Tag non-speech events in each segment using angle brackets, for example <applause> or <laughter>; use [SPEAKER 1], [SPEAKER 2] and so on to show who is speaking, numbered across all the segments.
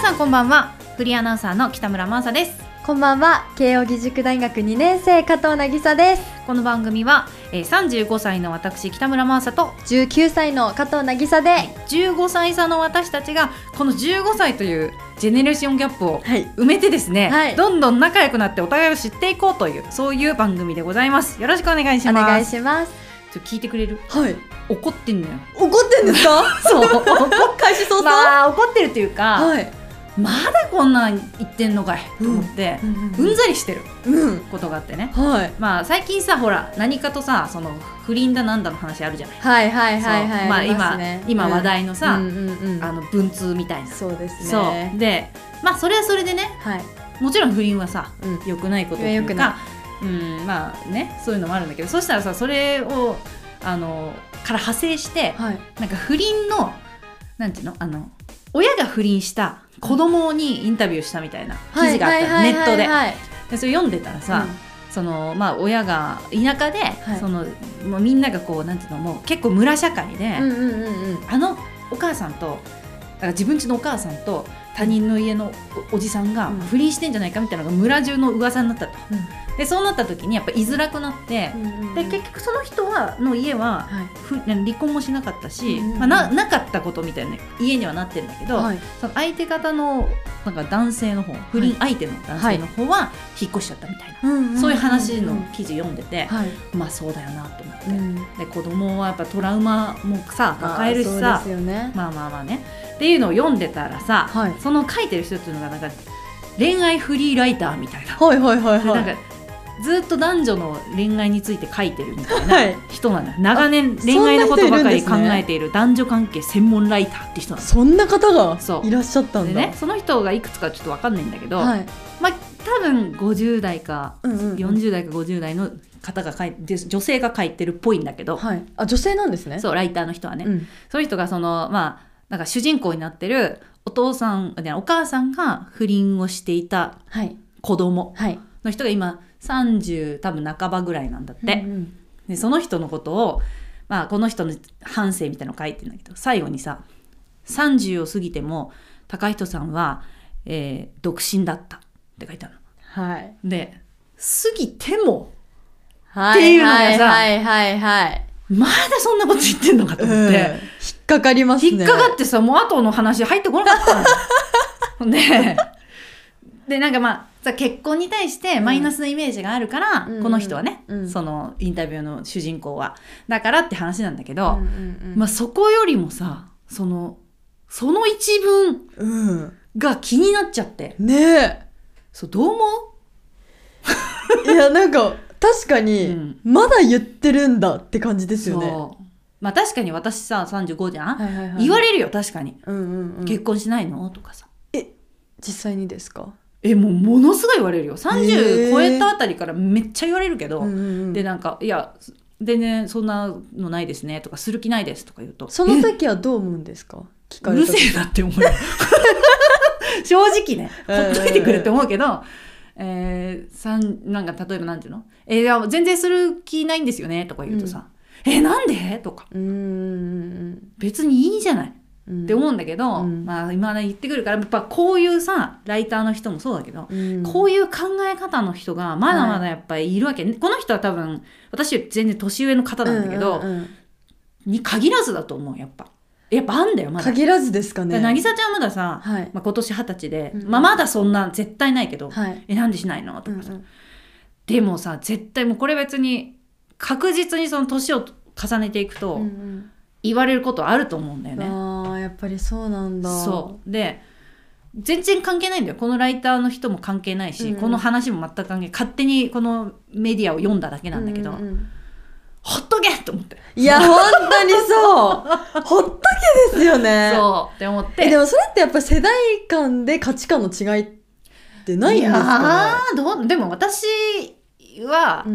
[SPEAKER 1] さんこんばんはフリーアナウンサーの北村真麻です
[SPEAKER 2] こんばんは慶應義塾大学2年生加藤渚です
[SPEAKER 1] この番組は、えー、35歳の私北村真麻と
[SPEAKER 2] 19歳の加藤渚で
[SPEAKER 1] 15歳差の私たちがこの15歳というジェネレーションギャップを
[SPEAKER 2] はい
[SPEAKER 1] 埋めてですね、
[SPEAKER 2] はい
[SPEAKER 1] どんどん仲良くなってお互いを知っていこうというそういう番組でございますよろしくお願いし
[SPEAKER 2] お
[SPEAKER 1] ます
[SPEAKER 2] 願いします
[SPEAKER 1] ちょっと聞いてくれる
[SPEAKER 2] はい
[SPEAKER 1] 怒ってんのよ
[SPEAKER 2] 怒ってんですか <laughs>
[SPEAKER 1] そう
[SPEAKER 2] 開始早々、
[SPEAKER 1] まあ怒ってるっていうか、
[SPEAKER 2] はい
[SPEAKER 1] まだこんなん言ってんのかいと思って、うんんざりしてる
[SPEAKER 2] うん
[SPEAKER 1] ことがあってね
[SPEAKER 2] はい
[SPEAKER 1] まあ最近さほら何かとさその不倫だなんだの話あるじゃない、
[SPEAKER 2] はいはいはいは
[SPEAKER 1] そ
[SPEAKER 2] いう
[SPEAKER 1] まあ
[SPEAKER 2] り
[SPEAKER 1] 今
[SPEAKER 2] すね
[SPEAKER 1] 今話題のさ
[SPEAKER 2] うんうんうんうん
[SPEAKER 1] あの文通みたいな
[SPEAKER 2] そうですね
[SPEAKER 1] そうでまあそれはそれでね
[SPEAKER 2] はい
[SPEAKER 1] もちろん不倫はさ
[SPEAKER 2] うん
[SPEAKER 1] 良くないことと
[SPEAKER 2] い
[SPEAKER 1] い
[SPEAKER 2] や
[SPEAKER 1] う
[SPEAKER 2] 良く
[SPEAKER 1] か
[SPEAKER 2] な
[SPEAKER 1] うんまあねそういうのもあるんだけどそしたらさそれをあのから派生して
[SPEAKER 2] はい
[SPEAKER 1] なんか不倫のなんていうのあの親が不倫した子供にインタビューしたみたいな記事があったのネットで
[SPEAKER 2] はい
[SPEAKER 1] でそれ読んでたらさ、そのまあ親が田舎で、
[SPEAKER 2] い
[SPEAKER 1] そのもうみんながこうなんていうのもう結構村社会で、
[SPEAKER 2] うんうんうんうんうん
[SPEAKER 1] あのお母さんとだから自分家のお母さんと他人の家のおおじさんが
[SPEAKER 2] うん
[SPEAKER 1] 不倫してんじゃないかみたいなのが村中の噂になったと、
[SPEAKER 2] う
[SPEAKER 1] でそうなった時にやっぱ居づらくなって、
[SPEAKER 2] うん
[SPEAKER 1] で結局その人はの家
[SPEAKER 2] は
[SPEAKER 1] は
[SPEAKER 2] い
[SPEAKER 1] ふ離婚もしなかったし、
[SPEAKER 2] うん
[SPEAKER 1] まあ、ななかったことみたいな家にはなってるんだけど、
[SPEAKER 2] はい
[SPEAKER 1] その相手方のなんか男性の方不倫相手の男性の方は引っ越しちゃったみたいな。そういう話の記事読んでて、
[SPEAKER 2] はい
[SPEAKER 1] まあそうだよなと思って、
[SPEAKER 2] うん
[SPEAKER 1] で子供はやっぱトラウマもさ抱えるし
[SPEAKER 2] あー
[SPEAKER 1] さ
[SPEAKER 2] そうですよね
[SPEAKER 1] まあまあまあねっていうのを読んでたらさ、
[SPEAKER 2] はい
[SPEAKER 1] その書いてる人っていうのがなんか恋愛フリーライターみたいな,、
[SPEAKER 2] はいはいはいはい
[SPEAKER 1] なんかずっと男女の恋愛について書いてるみたいな
[SPEAKER 2] はい
[SPEAKER 1] 人なんだよ長年
[SPEAKER 2] そんな
[SPEAKER 1] 恋愛のことばかり
[SPEAKER 2] 人い
[SPEAKER 1] 考
[SPEAKER 2] るんですね
[SPEAKER 1] えている男女関係専門ライターって人なんだ
[SPEAKER 2] そんな方が
[SPEAKER 1] そう
[SPEAKER 2] いらっしゃった
[SPEAKER 1] で
[SPEAKER 2] んだ
[SPEAKER 1] ねその人がいくつかちょっとわかんないんだけど、
[SPEAKER 2] はい
[SPEAKER 1] まあ多分50代か
[SPEAKER 2] うんうんうん
[SPEAKER 1] 40代か50代の方が書いて女性が書いてるっぽいんだけど、
[SPEAKER 2] はいあ女性なんですね
[SPEAKER 1] そうライターの人はね、
[SPEAKER 2] うん
[SPEAKER 1] そういう人がそのまあなんか主人公になってるお父さんじゃないお母さんが不倫をしていた
[SPEAKER 2] はい
[SPEAKER 1] 子供
[SPEAKER 2] はい
[SPEAKER 1] の人が今30多分半ばぐらいなんだって、
[SPEAKER 2] うんうん
[SPEAKER 1] でその人のことを、まあ、この人の半生みたいなの書いてんだけど最後にさ30を過ぎても高人さんは、えー独身だったって書いてある
[SPEAKER 2] はい
[SPEAKER 1] の。で過ぎても
[SPEAKER 2] は
[SPEAKER 1] っていうのがさ
[SPEAKER 2] はいはいはい
[SPEAKER 1] まだそんなこと言ってんのかと思
[SPEAKER 2] う
[SPEAKER 1] っ
[SPEAKER 2] ん
[SPEAKER 1] て。
[SPEAKER 2] 引っかかりますね
[SPEAKER 1] 引っかかってさ、もう後の話入ってこなかったの
[SPEAKER 2] <laughs>
[SPEAKER 1] ほんででなんかまあさ結婚に対してマイナスなイメージがあるから、
[SPEAKER 2] うん
[SPEAKER 1] この人はね、
[SPEAKER 2] うん
[SPEAKER 1] そのインタビューの主人公はだからって話なんだけ
[SPEAKER 2] う
[SPEAKER 1] ど
[SPEAKER 2] ん、うんうん
[SPEAKER 1] まあ、そこよりもさそのその一文
[SPEAKER 2] うん
[SPEAKER 1] が気になっちゃって
[SPEAKER 2] ねえ
[SPEAKER 1] そうどう思
[SPEAKER 2] いやなんか確か
[SPEAKER 1] う
[SPEAKER 2] に
[SPEAKER 1] ん
[SPEAKER 2] まだ言ってるんだって感じで
[SPEAKER 1] う
[SPEAKER 2] すよね
[SPEAKER 1] そうまあ確かに私さ35じゃん、
[SPEAKER 2] はいはいはい
[SPEAKER 1] 言われるよ確かに、
[SPEAKER 2] うんうんうん
[SPEAKER 1] 結婚しないのとかさ
[SPEAKER 2] 実際にですか
[SPEAKER 1] えもうものすごい言われるよ
[SPEAKER 2] へー
[SPEAKER 1] 30超えたあたりからめっちゃ言われるけど、
[SPEAKER 2] うんうんうん
[SPEAKER 1] でなんか「いやでねそんなのないですね」とか「する気ないです」とか言うと
[SPEAKER 2] その時はどう思うんですか聞
[SPEAKER 1] う
[SPEAKER 2] かれ
[SPEAKER 1] る
[SPEAKER 2] た
[SPEAKER 1] せ
[SPEAKER 2] 時
[SPEAKER 1] えなって思う
[SPEAKER 2] <laughs>
[SPEAKER 1] 正直ねほっといてくれって思うけど、えー、さんなんか例えばなんていうの「えーいや全然する気ないんですよね」とか言うとさ「えーなんで?」とか
[SPEAKER 2] うんうん
[SPEAKER 1] 「別にいいじゃな
[SPEAKER 2] う
[SPEAKER 1] い」
[SPEAKER 2] んうん
[SPEAKER 1] って思うんだけ
[SPEAKER 2] う
[SPEAKER 1] ど、
[SPEAKER 2] ん
[SPEAKER 1] まあ今ね言ってくるからやっぱこういうさライターの人もそうだけど、
[SPEAKER 2] うん
[SPEAKER 1] こういう考え方の人がまだまだやっぱりいるわけ、この人は多分私より全然年上の方なんだけ
[SPEAKER 2] うん
[SPEAKER 1] ど、
[SPEAKER 2] うんうん
[SPEAKER 1] に限らずだと思うやっぱやっぱあんだよまだ
[SPEAKER 2] 限らずですか
[SPEAKER 1] だ
[SPEAKER 2] ね
[SPEAKER 1] から渚ちゃんまださ、
[SPEAKER 2] はい
[SPEAKER 1] まあ、今年二十歳で、
[SPEAKER 2] うん
[SPEAKER 1] まあ、まだそんな絶対ないけど、
[SPEAKER 2] はい
[SPEAKER 1] えなんでしないのとかさ、でもさ絶対もうこれ別に確実にその年を重ねていくと
[SPEAKER 2] うん
[SPEAKER 1] 言われることあると思うんだ
[SPEAKER 2] う
[SPEAKER 1] よ
[SPEAKER 2] ん
[SPEAKER 1] ね、
[SPEAKER 2] あーやっぱりそうなんだ
[SPEAKER 1] そうで全然関係ないんだよこのライターの人も関係ないし、
[SPEAKER 2] うんうん
[SPEAKER 1] この話も全く関係ない勝手にこのメディアを読んだだけなんだけど、
[SPEAKER 2] うううん
[SPEAKER 1] ほっとけと思って、
[SPEAKER 2] いや本当にそうほっとけですよね
[SPEAKER 1] <laughs> そうって思って
[SPEAKER 2] えでもそれってやっぱ世代間で価値観の違いってないんです
[SPEAKER 1] や
[SPEAKER 2] か
[SPEAKER 1] ーどうでも私は
[SPEAKER 2] ね、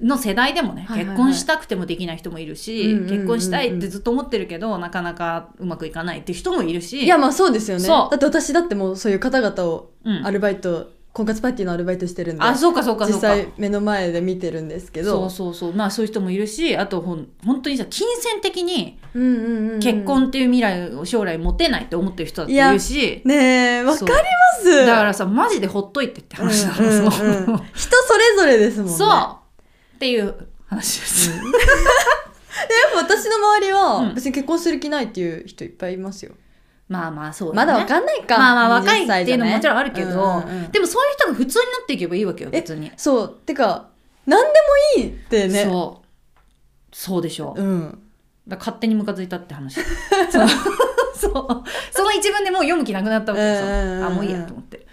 [SPEAKER 2] う、ん、
[SPEAKER 1] の世代でもね
[SPEAKER 2] はいはいはい
[SPEAKER 1] 結婚したくてもできない人もいるし、
[SPEAKER 2] うんうんうんうん
[SPEAKER 1] 結婚したいってずっと思ってるけどなかなかうまくいかないって人もいるし
[SPEAKER 2] いやまあそうですよね
[SPEAKER 1] そう
[SPEAKER 2] だって私だってもうそういう方々を
[SPEAKER 1] うん
[SPEAKER 2] アルバイト、婚活パーティーのアルバイトしてるんで
[SPEAKER 1] あそうかそうかそう
[SPEAKER 2] 実
[SPEAKER 1] か
[SPEAKER 2] 際目の前で見てるんですけ
[SPEAKER 1] そ
[SPEAKER 2] ど
[SPEAKER 1] うそうそうまあそういう人もいるしあとほん本当にさ金銭的に
[SPEAKER 2] うんうんうんうん
[SPEAKER 1] 結婚っていう未来を将来持てないって思ってる人だって言うし
[SPEAKER 2] ねえわかりま
[SPEAKER 1] ますだからさマジでほっといてって話なの、
[SPEAKER 2] うんうんうん
[SPEAKER 1] その
[SPEAKER 2] 人それぞれですもんね
[SPEAKER 1] <laughs> そうっていう話です、
[SPEAKER 2] うんでも私の周り
[SPEAKER 1] う
[SPEAKER 2] は
[SPEAKER 1] ん
[SPEAKER 2] 別に結婚する気ないっていう人いっぱいいますよ、
[SPEAKER 1] <laughs> まあまあそう
[SPEAKER 2] まだわ
[SPEAKER 1] わ
[SPEAKER 2] かんないか
[SPEAKER 1] まあま
[SPEAKER 2] 20
[SPEAKER 1] あ若いっていうのも
[SPEAKER 2] 歳
[SPEAKER 1] もち
[SPEAKER 2] じゃ
[SPEAKER 1] ろん
[SPEAKER 2] ね
[SPEAKER 1] あるけど、
[SPEAKER 2] うんうんうん
[SPEAKER 1] でもそういう人が普通になっていけばいいわけよ
[SPEAKER 2] え
[SPEAKER 1] 別に、
[SPEAKER 2] そうてか何でもいいってね
[SPEAKER 1] そうそうでしょう、
[SPEAKER 2] うん
[SPEAKER 1] だから勝手にムカついたっ
[SPEAKER 2] <laughs>
[SPEAKER 1] て話そうそうその一文でもう読む気なくなったわけですよ、
[SPEAKER 2] うんうんうんうん
[SPEAKER 1] あもういいやと思って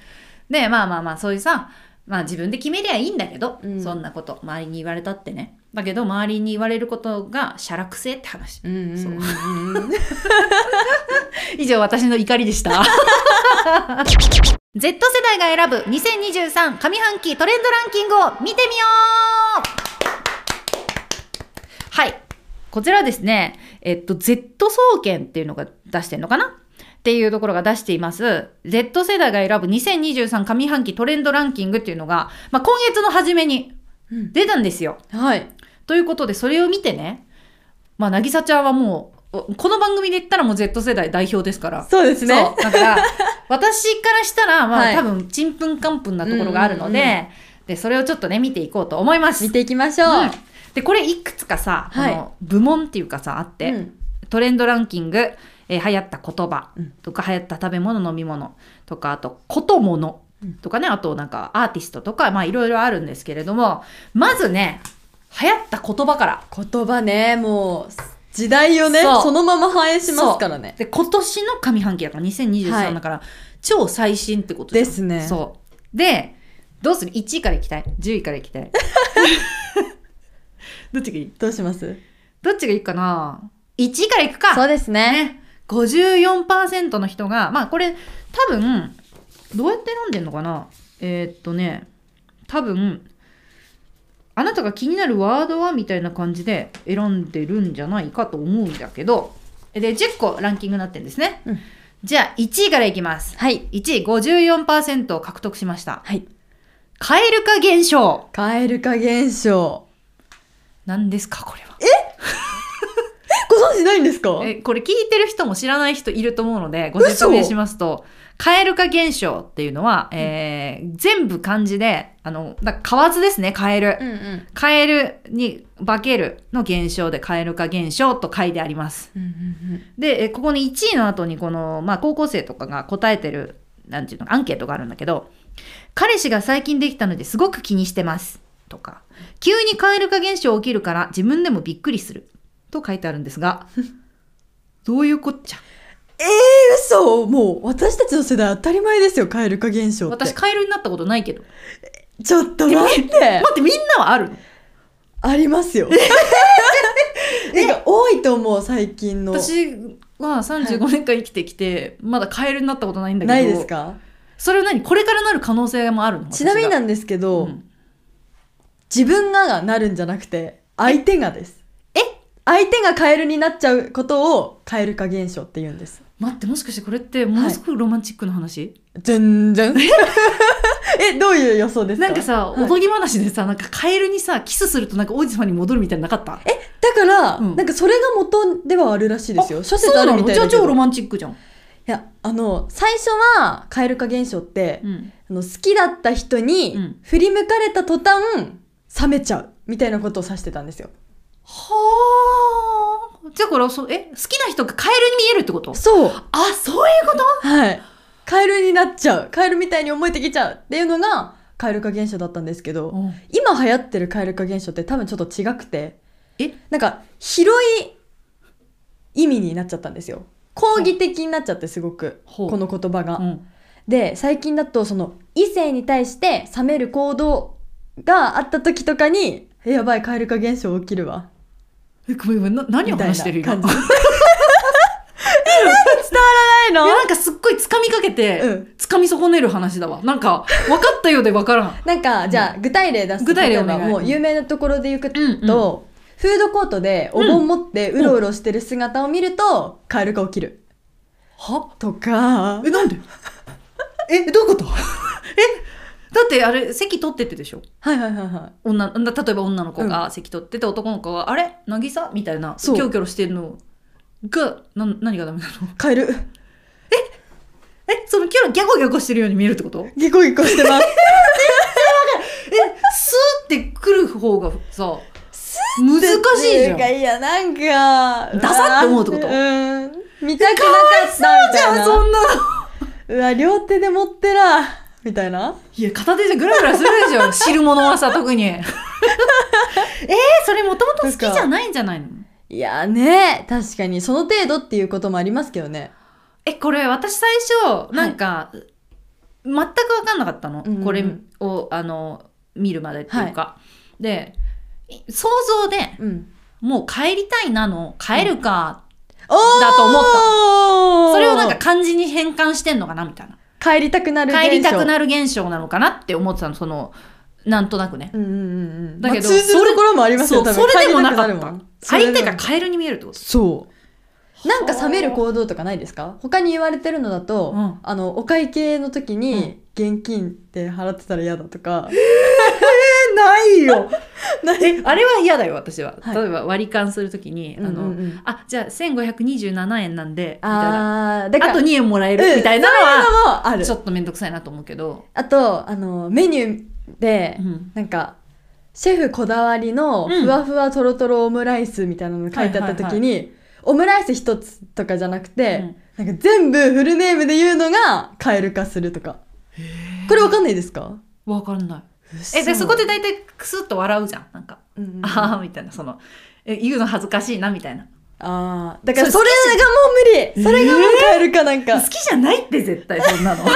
[SPEAKER 1] でまあまあまあそういうさまあ自分で決めりゃいいんだけど、
[SPEAKER 2] うん
[SPEAKER 1] そんなこと周りに言われたってねだけど周りに言われることが写楽性って話
[SPEAKER 2] うんうん
[SPEAKER 1] そう
[SPEAKER 2] うんうん
[SPEAKER 1] 以上私の怒りでした <laughs> Z 世代が選ぶ2023上半期トレンドランキングを見てみようはいこちらですねえっと Z 総研っていうのが出してるのかなっていうところが出しています。Z 世代が選ぶ2023上半期トレンドランキングっていうのが、まあ、今月の初めに
[SPEAKER 2] うん <laughs>
[SPEAKER 1] 出たんですよ。
[SPEAKER 2] はい
[SPEAKER 1] ということでそれを見てねまあ渚ちゃんはもうおこの番組で言ったらもう Z 世代代表ですから。
[SPEAKER 2] そうですね
[SPEAKER 1] そうだから
[SPEAKER 2] <laughs>
[SPEAKER 1] 私からしたらまあ、
[SPEAKER 2] はい
[SPEAKER 1] 多分ちんぷんかんぷんなところがあるので,、
[SPEAKER 2] うんうん
[SPEAKER 1] でそれをちょっとね見ていこうと思います。
[SPEAKER 2] 見ていきましょう、
[SPEAKER 1] うんでこれいくつかさ、
[SPEAKER 2] はい
[SPEAKER 1] この部門っていうかさあって、
[SPEAKER 2] うん
[SPEAKER 1] トレンドランキング、えー流行った言葉
[SPEAKER 2] うん
[SPEAKER 1] とか、流行った食べ物飲み物とかあとこともの
[SPEAKER 2] うん
[SPEAKER 1] とかね、あとなんかアーティストとかまあいろいろあるんですけれどもまずね流行った言葉から
[SPEAKER 2] 言葉ねもう時代をね
[SPEAKER 1] そう
[SPEAKER 2] そのまま反映しますからね
[SPEAKER 1] で今年の上半期だから
[SPEAKER 2] は
[SPEAKER 1] 2023
[SPEAKER 2] い
[SPEAKER 1] だから、超最新ってことじゃん
[SPEAKER 2] ですね
[SPEAKER 1] そうでどうする1位からいきたい10位からいきたいどっちがいい
[SPEAKER 2] どうします
[SPEAKER 1] どっちがいい
[SPEAKER 2] <laughs>
[SPEAKER 1] かな1位からいくか
[SPEAKER 2] そうですね
[SPEAKER 1] ね、54%の人が、まあこれ多分、どうやって選んでんのかなえーっとね、多分、あなたが気になるワードはみたいな感じで選んでるんじゃないかと思うんだけど、で、10個ランキングになってんですね。
[SPEAKER 2] うん
[SPEAKER 1] じゃあ、1位からいきます。
[SPEAKER 2] はい
[SPEAKER 1] 1位54%を獲得しました。
[SPEAKER 2] はい
[SPEAKER 1] 蛙化現象。
[SPEAKER 2] 蛙化現象
[SPEAKER 1] 何ですか、これは。
[SPEAKER 2] ご存知ないんですか
[SPEAKER 1] えこれ聞いてる人も知らない人いると思うのでご説明しますと蛙化現象っていうのは、えー全部漢字であのだから蛙ですね蛙、
[SPEAKER 2] うんうん
[SPEAKER 1] 蛙に化けるの現象で蛙化現象と書いてあります
[SPEAKER 2] うんうん
[SPEAKER 1] でえここに1位の後にこの、まあ、高校生とかが答えてるなんていうのかアンケートがあるんだけど「彼氏が最近できたのですごく気にしてます」とか「急に蛙化現象起きるから自分でもびっくりする」と書いてあるんですが <laughs> どういうこっちゃ
[SPEAKER 2] 嘘もう私たちの世代当たり前ですよ蛙化現象って
[SPEAKER 1] 私カエルになったことないけど待
[SPEAKER 2] ちょっと待って
[SPEAKER 1] ってみんなはあるの
[SPEAKER 2] ありますよ <laughs> なんか多いと思う最近の
[SPEAKER 1] 私は35年間生きてきて、まだカエルになったことないんだけど
[SPEAKER 2] ないですか
[SPEAKER 1] それは何これからなる可能性もあるの
[SPEAKER 2] ちなみにな
[SPEAKER 1] だ
[SPEAKER 2] んですけど、自分ががなるんじゃなくて相手がです
[SPEAKER 1] え
[SPEAKER 2] 相手がカエルになっちゃうことを蛙化現象って言うんです
[SPEAKER 1] 待ってもしかしてこれってものすごくロマンチックな話、
[SPEAKER 2] 全然 <laughs> えどういう予想ですか
[SPEAKER 1] なんかさ、
[SPEAKER 2] はい
[SPEAKER 1] おとぎ話でさなんかカエルにさキスするとなんか王子様に戻るみたいなのなかったえ
[SPEAKER 2] だから、
[SPEAKER 1] うん
[SPEAKER 2] なんかそれが元ではあるらしいですよ諸
[SPEAKER 1] そう
[SPEAKER 2] 説ある
[SPEAKER 1] な
[SPEAKER 2] み
[SPEAKER 1] の
[SPEAKER 2] たい
[SPEAKER 1] じゃ
[SPEAKER 2] だ
[SPEAKER 1] あ
[SPEAKER 2] けど
[SPEAKER 1] 超ロマンチックじゃん、
[SPEAKER 2] いやあの最初は蛙化現象って、
[SPEAKER 1] うん、
[SPEAKER 2] あの好きだった人に
[SPEAKER 1] うん
[SPEAKER 2] 振り向かれた途端冷めちゃうみたいなことを指してたんですよ
[SPEAKER 1] はあじゃあこれそえ好きな人がカエルに見えるってこと
[SPEAKER 2] そう
[SPEAKER 1] あそういうこと
[SPEAKER 2] はいカエルになっちゃうカエルみたいに思えてきちゃうっていうのが蛙化現象だったんですけど今流行ってる蛙化現象って多分ちょっと違くて
[SPEAKER 1] え
[SPEAKER 2] なんか広い意味になっちゃったんですよ抗議的になっちゃってすごく
[SPEAKER 1] ほう
[SPEAKER 2] この言葉が、
[SPEAKER 1] うん
[SPEAKER 2] で最近だとその異性に対して冷める行動があった時とかに「えやばい蛙化現象起きるわ
[SPEAKER 1] えごめんごめんな」何
[SPEAKER 2] み
[SPEAKER 1] を
[SPEAKER 2] たい
[SPEAKER 1] 話してる
[SPEAKER 2] な
[SPEAKER 1] 今
[SPEAKER 2] 感じ
[SPEAKER 1] い <laughs> や
[SPEAKER 2] え伝わらない
[SPEAKER 1] なんかすっごい掴みかけ
[SPEAKER 2] <laughs>
[SPEAKER 1] て、
[SPEAKER 2] うん
[SPEAKER 1] 掴み損ねる話だわなんか分かったようで分からん
[SPEAKER 2] なんかじゃあ具体例出すと
[SPEAKER 1] 具体例
[SPEAKER 2] 例えば
[SPEAKER 1] お願い
[SPEAKER 2] もう有名なところで行くと、
[SPEAKER 1] うんう
[SPEAKER 2] フードコートでお盆持ってうろうろしてる姿を見ると、カエルが起きる
[SPEAKER 1] は
[SPEAKER 2] とか
[SPEAKER 1] えなんでえどういうことえだってあれ席取ってってでしょ
[SPEAKER 2] はいはいはいはい
[SPEAKER 1] 女例えば女の子が席取ってて、男の子が「あれ渚?」みたいなキ
[SPEAKER 2] そう
[SPEAKER 1] ョロキョロしてるのがな何がダメなの
[SPEAKER 2] カエル。
[SPEAKER 1] えそのキャラギャゴギャゴしてるように見えるってこと
[SPEAKER 2] ギコギコしてます。
[SPEAKER 1] スーってくる方がさ難しいじゃん
[SPEAKER 2] っていうかいや、なんか、
[SPEAKER 1] ダサって思うってこと
[SPEAKER 2] うん。見たくなかったみ
[SPEAKER 1] じ
[SPEAKER 2] たい
[SPEAKER 1] ゃ
[SPEAKER 2] な。
[SPEAKER 1] あそんなの
[SPEAKER 2] うわ、両手で持ってら、みたいな。
[SPEAKER 1] いや片手じゃグラグラするでしょ汁物はさ <laughs> 特にえー、それもともと好きじゃないんじゃないの
[SPEAKER 2] いやね、確かに、その程度っていうこともありますけどね。
[SPEAKER 1] えこれ私最初なんか、全く分かんなかったの、
[SPEAKER 2] うんうん
[SPEAKER 1] これをあの見るまでっていうか、でい想像で
[SPEAKER 2] うん。
[SPEAKER 1] もう帰りたいなの帰るか、
[SPEAKER 2] おー
[SPEAKER 1] だと思
[SPEAKER 2] った
[SPEAKER 1] それをなんか、漢字に変換してんのかなみたいな
[SPEAKER 2] 帰りたくなる現象。
[SPEAKER 1] 帰りたく
[SPEAKER 2] る。
[SPEAKER 1] なる現象なのかなって思ってたのそのなんとなくね
[SPEAKER 2] うんうんうんうん。
[SPEAKER 1] だけど
[SPEAKER 2] まあ通ずるところもあります
[SPEAKER 1] そ
[SPEAKER 2] よ、
[SPEAKER 1] う
[SPEAKER 2] 多
[SPEAKER 1] そ
[SPEAKER 2] 分。
[SPEAKER 1] れでもなか
[SPEAKER 2] 帰
[SPEAKER 1] っ
[SPEAKER 2] りたく
[SPEAKER 1] た
[SPEAKER 2] るもん
[SPEAKER 1] 帰りたいからカエルに見えるってこと
[SPEAKER 2] そう。なんか冷める行動とかないですか他に言われてるのだと、
[SPEAKER 1] うん
[SPEAKER 2] あの、お会計の時に現金って払ってたら嫌だとか。
[SPEAKER 1] ないよ
[SPEAKER 2] <laughs> ない
[SPEAKER 1] <laughs> えあれは嫌だよ私は、
[SPEAKER 2] はい
[SPEAKER 1] 例えば割り勘するときに、あの、
[SPEAKER 2] うんうんうん
[SPEAKER 1] あじゃあ1527円なんでみたいな
[SPEAKER 2] あー、だから、
[SPEAKER 1] あと2円もらえ
[SPEAKER 2] う
[SPEAKER 1] る
[SPEAKER 2] ん
[SPEAKER 1] みたいなのは、
[SPEAKER 2] そういうのもある
[SPEAKER 1] ちょ。っとめんどくさいなと思うけど、
[SPEAKER 2] あと、あの、メニューで、
[SPEAKER 1] うん
[SPEAKER 2] なんか、シェフこだわりの
[SPEAKER 1] うん
[SPEAKER 2] ふわふわとろとろオムライスみたいなの書いてあった時に、オムライス一つとかじゃなくて、なんか全部フルネームで言うのがカエル化するとか。これわかんないですか
[SPEAKER 1] わかんないえでそこで、大体クスッと笑うじゃんなんか、
[SPEAKER 2] うんうん
[SPEAKER 1] ああみたいなそのえ言うの恥ずかしいなみたいな
[SPEAKER 2] あーだから
[SPEAKER 1] そ
[SPEAKER 2] そ
[SPEAKER 1] れ
[SPEAKER 2] れがもう無理それがもうカエル化なんか、
[SPEAKER 1] 好きじゃないって絶対そ
[SPEAKER 2] <laughs>
[SPEAKER 1] んなの好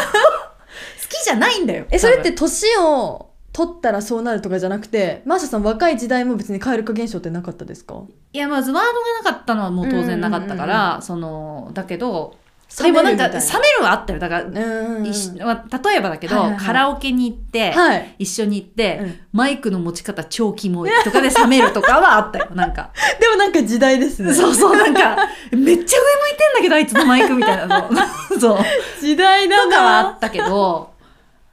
[SPEAKER 1] きじゃないんだよ
[SPEAKER 2] えそれって年を取ったらそうなるとかじゃなくてマーシャさん若い時代も別にカエル化現象ってなかったですか
[SPEAKER 1] いやまずワードがなかったのはもう当然なかったから、
[SPEAKER 2] うん
[SPEAKER 1] そのだけど
[SPEAKER 2] 冷
[SPEAKER 1] で
[SPEAKER 2] める
[SPEAKER 1] もな
[SPEAKER 2] み
[SPEAKER 1] ん
[SPEAKER 2] た
[SPEAKER 1] か
[SPEAKER 2] い
[SPEAKER 1] 冷
[SPEAKER 2] な
[SPEAKER 1] めるはあったよだから、
[SPEAKER 2] うんうんうん
[SPEAKER 1] 一緒まあ例えばだけど、
[SPEAKER 2] はいはいはい
[SPEAKER 1] カラオケに行って、
[SPEAKER 2] はい
[SPEAKER 1] 一緒に行って、
[SPEAKER 2] うん
[SPEAKER 1] マイクの持ち方超キモいとかで冷めるとかはあ
[SPEAKER 2] <laughs>
[SPEAKER 1] ったよなんか
[SPEAKER 2] でもなんか時代ですね。
[SPEAKER 1] そうそう、なんか、めっちゃ上向いてんだけど、あいつのマイクみたい
[SPEAKER 2] <laughs>
[SPEAKER 1] なの。そう。と
[SPEAKER 2] 時代だ
[SPEAKER 1] かはあ
[SPEAKER 2] な。
[SPEAKER 1] ったけど、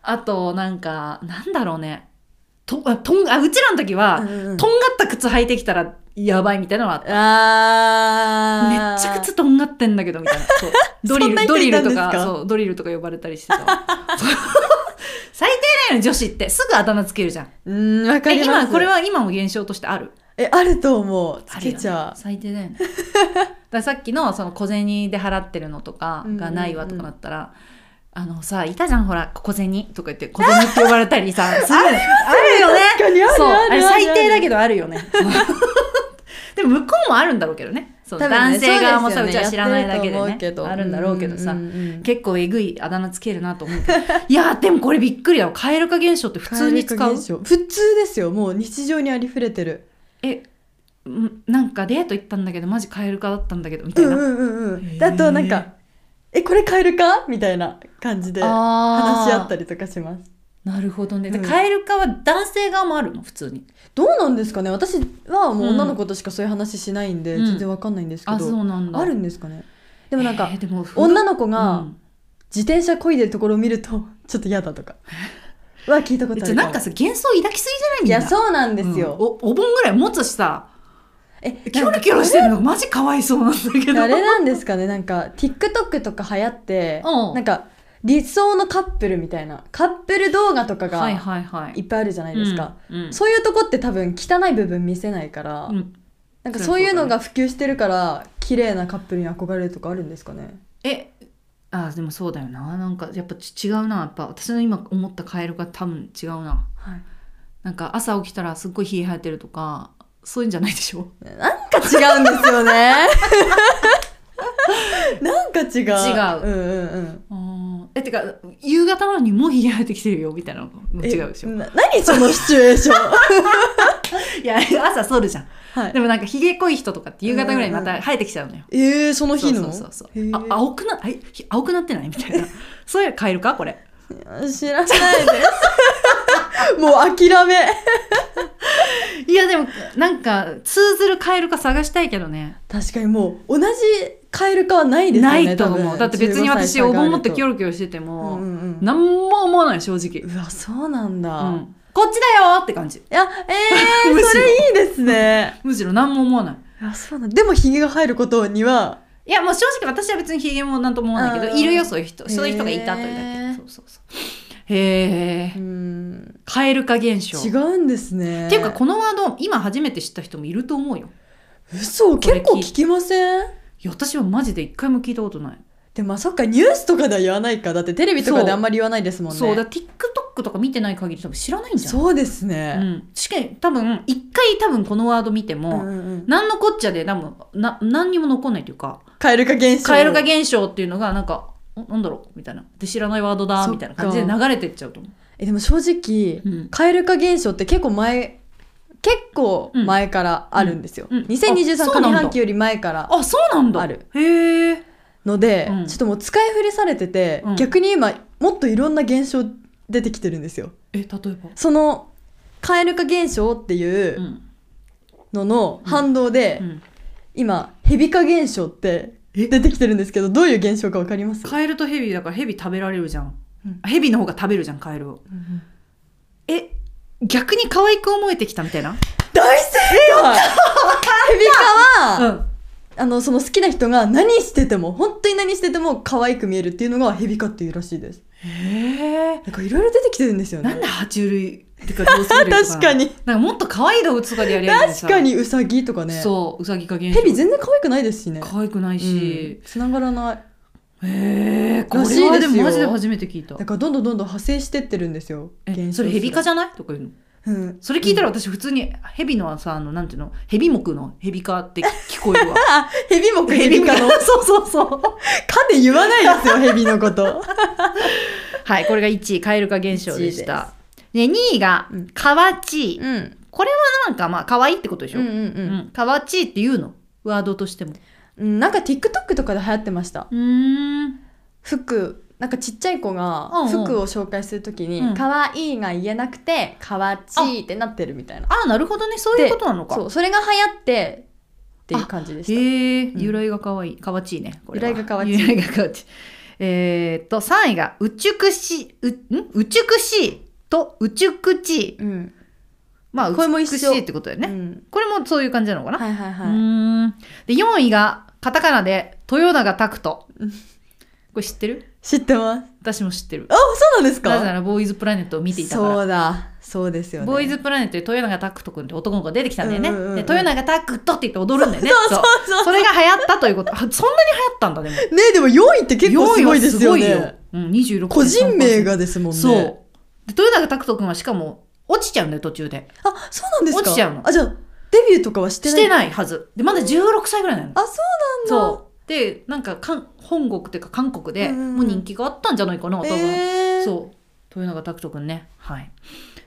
[SPEAKER 1] あと、なんか、なんだろうね。と、あ、とん、あ、うちらの時は、
[SPEAKER 2] うんうん
[SPEAKER 1] とんがった靴履いてきたら、やばいみたいなのはあった。め
[SPEAKER 2] あ
[SPEAKER 1] っちゃ靴とんがってんだけど、みた
[SPEAKER 2] <laughs>
[SPEAKER 1] いな。そうドリ
[SPEAKER 2] そんな
[SPEAKER 1] ル、
[SPEAKER 2] 人
[SPEAKER 1] ドリ
[SPEAKER 2] いた
[SPEAKER 1] ル
[SPEAKER 2] んで
[SPEAKER 1] と
[SPEAKER 2] すか
[SPEAKER 1] か、そう、ドリルとか呼ばれたりして
[SPEAKER 2] <laughs>
[SPEAKER 1] たわ。最低だよね、女子って。すぐあだ名つけるじゃん。
[SPEAKER 2] うん、わか
[SPEAKER 1] え、
[SPEAKER 2] ります。
[SPEAKER 1] 今、これ。は今も現象としてある
[SPEAKER 2] え、あると思う。つけち
[SPEAKER 1] あるよ
[SPEAKER 2] ゃ
[SPEAKER 1] ね最低だよねだからさっきのその小銭で払ってるのとかがないわとかなったら、あのさいたじゃんほら小銭とか言って小銭って呼ばれたりさするあるよね
[SPEAKER 2] 確かにある
[SPEAKER 1] そう
[SPEAKER 2] ある
[SPEAKER 1] あれ
[SPEAKER 2] ある。
[SPEAKER 1] 最低だけどあるよねでも向こうもあるんだろうけどねそう男性側もさう,、ちは知らないだけで
[SPEAKER 2] や
[SPEAKER 1] ね
[SPEAKER 2] ってると思う
[SPEAKER 1] あるんだろうけどさ、
[SPEAKER 2] んうんうん
[SPEAKER 1] 結構えぐいあだ名つけるなと思うけどいやでもこれびっくりだわ蛙化現象って普通に使
[SPEAKER 2] 蛙化
[SPEAKER 1] う
[SPEAKER 2] 現象普通ですよ。もう日常にありふれてる。
[SPEAKER 1] えんなんかデート行ったんだけどマジ蛙化だったんだけどみた
[SPEAKER 2] う
[SPEAKER 1] い
[SPEAKER 2] ん
[SPEAKER 1] な、
[SPEAKER 2] うんうんう
[SPEAKER 1] へー
[SPEAKER 2] ん。だとなんか、え、これカエルかみたいな感じで話
[SPEAKER 1] 話
[SPEAKER 2] し合ったりとかします。
[SPEAKER 1] なるほどね、で
[SPEAKER 2] うん
[SPEAKER 1] カエル化は男性側もあるの普通に
[SPEAKER 2] どうなんですかね私はもう女の子としかそういう話しないんで、
[SPEAKER 1] うん
[SPEAKER 2] 全然わかんないんですけど。
[SPEAKER 1] あそうなんだ
[SPEAKER 2] あるんですかねで
[SPEAKER 1] で
[SPEAKER 2] もなんか、
[SPEAKER 1] でも
[SPEAKER 2] 女の子
[SPEAKER 1] う
[SPEAKER 2] が
[SPEAKER 1] ん
[SPEAKER 2] 自転車漕いでるところを見るとちょっと嫌だとかは聞いたことあ
[SPEAKER 1] ちょ
[SPEAKER 2] る
[SPEAKER 1] なんかさ幻想抱きすぎじゃない
[SPEAKER 2] い
[SPEAKER 1] みんな
[SPEAKER 2] やそうなんで
[SPEAKER 1] うん
[SPEAKER 2] すよ、
[SPEAKER 1] おお盆ぐらい持つしさ
[SPEAKER 2] え
[SPEAKER 1] キョロキョロしてるのマジかわいそうなんだけど
[SPEAKER 2] あれなんですかねなんか TikTok とか流行って、
[SPEAKER 1] うん
[SPEAKER 2] なんか理想のカップルみたいなカップル動画とかが
[SPEAKER 1] はい
[SPEAKER 2] い
[SPEAKER 1] はいはい
[SPEAKER 2] っぱいあるじゃないですか、
[SPEAKER 1] うんうん
[SPEAKER 2] そういうとこって多分汚い部分見せないから、
[SPEAKER 1] うん
[SPEAKER 2] なんかそういうのが普及してるから綺麗なカップルに憧れるとかあるんですかね
[SPEAKER 1] えあでもそうだよななんかやっぱち違うなやっぱ私の今思ったカエル化多分違うな
[SPEAKER 2] はい
[SPEAKER 1] なんか朝起きたらすっごい冷え生えてるとかそういうんじゃないでしょ
[SPEAKER 2] なんか違うんですよ
[SPEAKER 1] <laughs>
[SPEAKER 2] ねなんか違う違
[SPEAKER 1] う
[SPEAKER 2] うんうんうん
[SPEAKER 1] あーえてか夕方なのにもう冷え生えてきてるよみたいなのも違うでしょ
[SPEAKER 2] えな何そのシチュエーション
[SPEAKER 1] <laughs> いや朝剃るじゃん
[SPEAKER 2] はい
[SPEAKER 1] でもなんかひげ濃い人とかって夕方ぐらいにまた生えてきちゃうのよ、
[SPEAKER 2] えー、その日の
[SPEAKER 1] そうそうそう
[SPEAKER 2] へー
[SPEAKER 1] あ青くなあひ青くなってない <laughs> みたいなそういうカエルかこれ
[SPEAKER 2] 知らないです <laughs> もう諦め
[SPEAKER 1] いやでもなんか通ずるカエルか探したいけどね
[SPEAKER 2] 確かにもう同じカエル化はないですよ
[SPEAKER 1] な
[SPEAKER 2] ね
[SPEAKER 1] いと
[SPEAKER 2] 多
[SPEAKER 1] 思う
[SPEAKER 2] 分
[SPEAKER 1] だって別に
[SPEAKER 2] 15歳
[SPEAKER 1] 私
[SPEAKER 2] 差があ
[SPEAKER 1] お
[SPEAKER 2] ると
[SPEAKER 1] 盆持ってキョロキョロしてて
[SPEAKER 2] うん
[SPEAKER 1] も、
[SPEAKER 2] うんうん
[SPEAKER 1] なんも思わない正直、
[SPEAKER 2] うわそうなんだ、
[SPEAKER 1] う
[SPEAKER 2] い
[SPEAKER 1] んこっちだよって感じ
[SPEAKER 2] やえ
[SPEAKER 1] むし <laughs>
[SPEAKER 2] ー、
[SPEAKER 1] ろ
[SPEAKER 2] それいいですね
[SPEAKER 1] むしろ何も思わない
[SPEAKER 2] やそうなんでもひげが入ることにはい
[SPEAKER 1] やもう正直私は別にヒゲもなんとも思わないけ
[SPEAKER 2] う
[SPEAKER 1] ど
[SPEAKER 2] ん
[SPEAKER 1] いるよそういう人そういう人がいたというだ
[SPEAKER 2] へー
[SPEAKER 1] けそうそうそうへ
[SPEAKER 2] う
[SPEAKER 1] え
[SPEAKER 2] ん
[SPEAKER 1] 蛙化現象
[SPEAKER 2] 違うんですね
[SPEAKER 1] っていうかこのワード今初めて知った人もいると思うよ
[SPEAKER 2] 嘘
[SPEAKER 1] これ聞
[SPEAKER 2] 結
[SPEAKER 1] い
[SPEAKER 2] 構聞きません
[SPEAKER 1] いや私はマジで一回も聞いたことない、
[SPEAKER 2] でもまあそっかニュースとかでは言わないかだってテレビとか
[SPEAKER 1] そ
[SPEAKER 2] で
[SPEAKER 1] う
[SPEAKER 2] あんまり言わないですもんね
[SPEAKER 1] そうだ TikTok とか見てない限り多分知らないんじゃん
[SPEAKER 2] そうです
[SPEAKER 1] う
[SPEAKER 2] ね、
[SPEAKER 1] ん、しかも多分一回多分このワード見て
[SPEAKER 2] う
[SPEAKER 1] も、
[SPEAKER 2] んうん
[SPEAKER 1] 何のこっちゃで多分な何にも残んないというか
[SPEAKER 2] 蛙化現象
[SPEAKER 1] 蛙化現象っていうのがなんかおなんだろうみたいなで知らないワードだみたいな感じで流れてっちゃうと思
[SPEAKER 2] えでも正直
[SPEAKER 1] う、うん、
[SPEAKER 2] 蛙化現象って結構前結構前からあるんですよ、
[SPEAKER 1] うんうんあ
[SPEAKER 2] 2023
[SPEAKER 1] そう
[SPEAKER 2] 上
[SPEAKER 1] なんだ
[SPEAKER 2] 半期より前から
[SPEAKER 1] あそうなんだ
[SPEAKER 2] ある
[SPEAKER 1] へえ
[SPEAKER 2] ので、
[SPEAKER 1] うん
[SPEAKER 2] ちょっともう使い古されてて、
[SPEAKER 1] うん
[SPEAKER 2] 逆に今もっといろんな現象出てきてるんですよ
[SPEAKER 1] え例えば、
[SPEAKER 2] その蛙化現象っていううんのの反動で、
[SPEAKER 1] うん、
[SPEAKER 2] 今ヘビ化現象って出てきてるんですけどどういう現象かわかります
[SPEAKER 1] カエルとヘビだからヘビ食べられるじゃん、
[SPEAKER 2] うん
[SPEAKER 1] ヘビの方が食べるじゃんカエルをえ逆に可愛く思えてきたみたいな
[SPEAKER 2] 大正解ヘビ化は、
[SPEAKER 1] ん
[SPEAKER 2] あのその好きな人が何してても本当に何してても可愛く見えるっていうのがヘビ化っていうらしいです
[SPEAKER 1] へえ
[SPEAKER 2] なんかいろいろ出てきてるんですよね
[SPEAKER 1] なんで爬虫類ってかどうする
[SPEAKER 2] <laughs>
[SPEAKER 1] <laughs>
[SPEAKER 2] 確かに
[SPEAKER 1] なんかもっと可愛い動物とかでやりゃいいのさ
[SPEAKER 2] 確かにウサギとかね
[SPEAKER 1] そううさぎか現象
[SPEAKER 2] ヘビ全然可愛くないですしね
[SPEAKER 1] 可愛くないし、
[SPEAKER 2] つながらない
[SPEAKER 1] へえこ
[SPEAKER 2] らしいです
[SPEAKER 1] れ
[SPEAKER 2] よ
[SPEAKER 1] はでもマジで初めて聞いた
[SPEAKER 2] だからどんどんどんどん派生してってるんですよ
[SPEAKER 1] えそれヘビ化じゃないとか言うの
[SPEAKER 2] ゃうん
[SPEAKER 1] それ聞いたら私普通にヘビのさあのなんていうのヘビ目のヘビ化って聞こ <laughs> えるわ
[SPEAKER 2] あヘビもヘ
[SPEAKER 1] ヘ
[SPEAKER 2] ビ
[SPEAKER 1] ビ化
[SPEAKER 2] 化の
[SPEAKER 1] の
[SPEAKER 2] か
[SPEAKER 1] <laughs> そうそうそう
[SPEAKER 2] で言わない
[SPEAKER 1] <laughs>
[SPEAKER 2] ですよヘビのこと
[SPEAKER 1] はいこれが1位蛙化現象でしたで2位が
[SPEAKER 2] うん
[SPEAKER 1] カワチー
[SPEAKER 2] んうん
[SPEAKER 1] なんかまあ可愛いってことでし
[SPEAKER 2] う
[SPEAKER 1] ょ、
[SPEAKER 2] ん
[SPEAKER 1] うんカワチーっていうのワードとしても
[SPEAKER 2] うんなんか TikTok とかで流行ってました
[SPEAKER 1] うん
[SPEAKER 2] 服なんかちっちゃい子が
[SPEAKER 1] うんうん
[SPEAKER 2] 服を紹介するとき
[SPEAKER 1] う
[SPEAKER 2] に「
[SPEAKER 1] ん
[SPEAKER 2] かわいい」が言えなくて「かわちい」ってなってるみたいな
[SPEAKER 1] あなるほどねそういうことなのか
[SPEAKER 2] そうそれが流行ってっていう感じでした
[SPEAKER 1] へえ、
[SPEAKER 2] ん
[SPEAKER 1] 由来が可愛い。かわちいね。これは
[SPEAKER 2] 由来がかわちい
[SPEAKER 1] 由来がかわちい。えーっと、3位が、うちゅくし、う、んうちゅくしいと、うちゅくちい。
[SPEAKER 2] うん
[SPEAKER 1] まあ、
[SPEAKER 2] これも
[SPEAKER 1] うちく
[SPEAKER 2] 一
[SPEAKER 1] しい
[SPEAKER 2] 緒
[SPEAKER 1] ってことだよ
[SPEAKER 2] う
[SPEAKER 1] ね。
[SPEAKER 2] ん
[SPEAKER 1] これもそういう感じなのかな。
[SPEAKER 2] はいはいうはい
[SPEAKER 1] ーん。で、4位が、カタカナで、豊永
[SPEAKER 2] <laughs>
[SPEAKER 1] 拓人。これ知ってる
[SPEAKER 2] 知ってます
[SPEAKER 1] 私も知ってる。
[SPEAKER 2] あそうなんです
[SPEAKER 1] なぜな、
[SPEAKER 2] から
[SPEAKER 1] ボーイズプラネットを見ていたから。
[SPEAKER 2] そうだそうですよね
[SPEAKER 1] ボーイズプラネットで豊永拓人君って男の子が出てきたんだよね。
[SPEAKER 2] うんうんうん
[SPEAKER 1] で豊永拓人って言って踊るんだよね。
[SPEAKER 2] そうそう
[SPEAKER 1] そ
[SPEAKER 2] そう
[SPEAKER 1] それが流行ったということ。あそんなに流行ったんだ、でも。
[SPEAKER 2] ねでも4位って結構すごいですよ
[SPEAKER 1] 用意はすごい
[SPEAKER 2] ね。
[SPEAKER 1] うん、26
[SPEAKER 2] 個人名がですもんね
[SPEAKER 1] そう。で、豊永拓人君はしかも、落ちちゃうんだよ、途中で。
[SPEAKER 2] あそうなんですか
[SPEAKER 1] 落ちちゃうの
[SPEAKER 2] あじゃあデビューとかはして
[SPEAKER 1] し
[SPEAKER 2] ない
[SPEAKER 1] てないはず。で、まだ16歳ぐらいなの。
[SPEAKER 2] あそうなんだ
[SPEAKER 1] そう。で、なんかかん、本国っていうか韓国で
[SPEAKER 2] うんうん
[SPEAKER 1] もう人気があったんじゃないかな、多分。
[SPEAKER 2] えー、
[SPEAKER 1] そう。豊永拓人君ね。はい。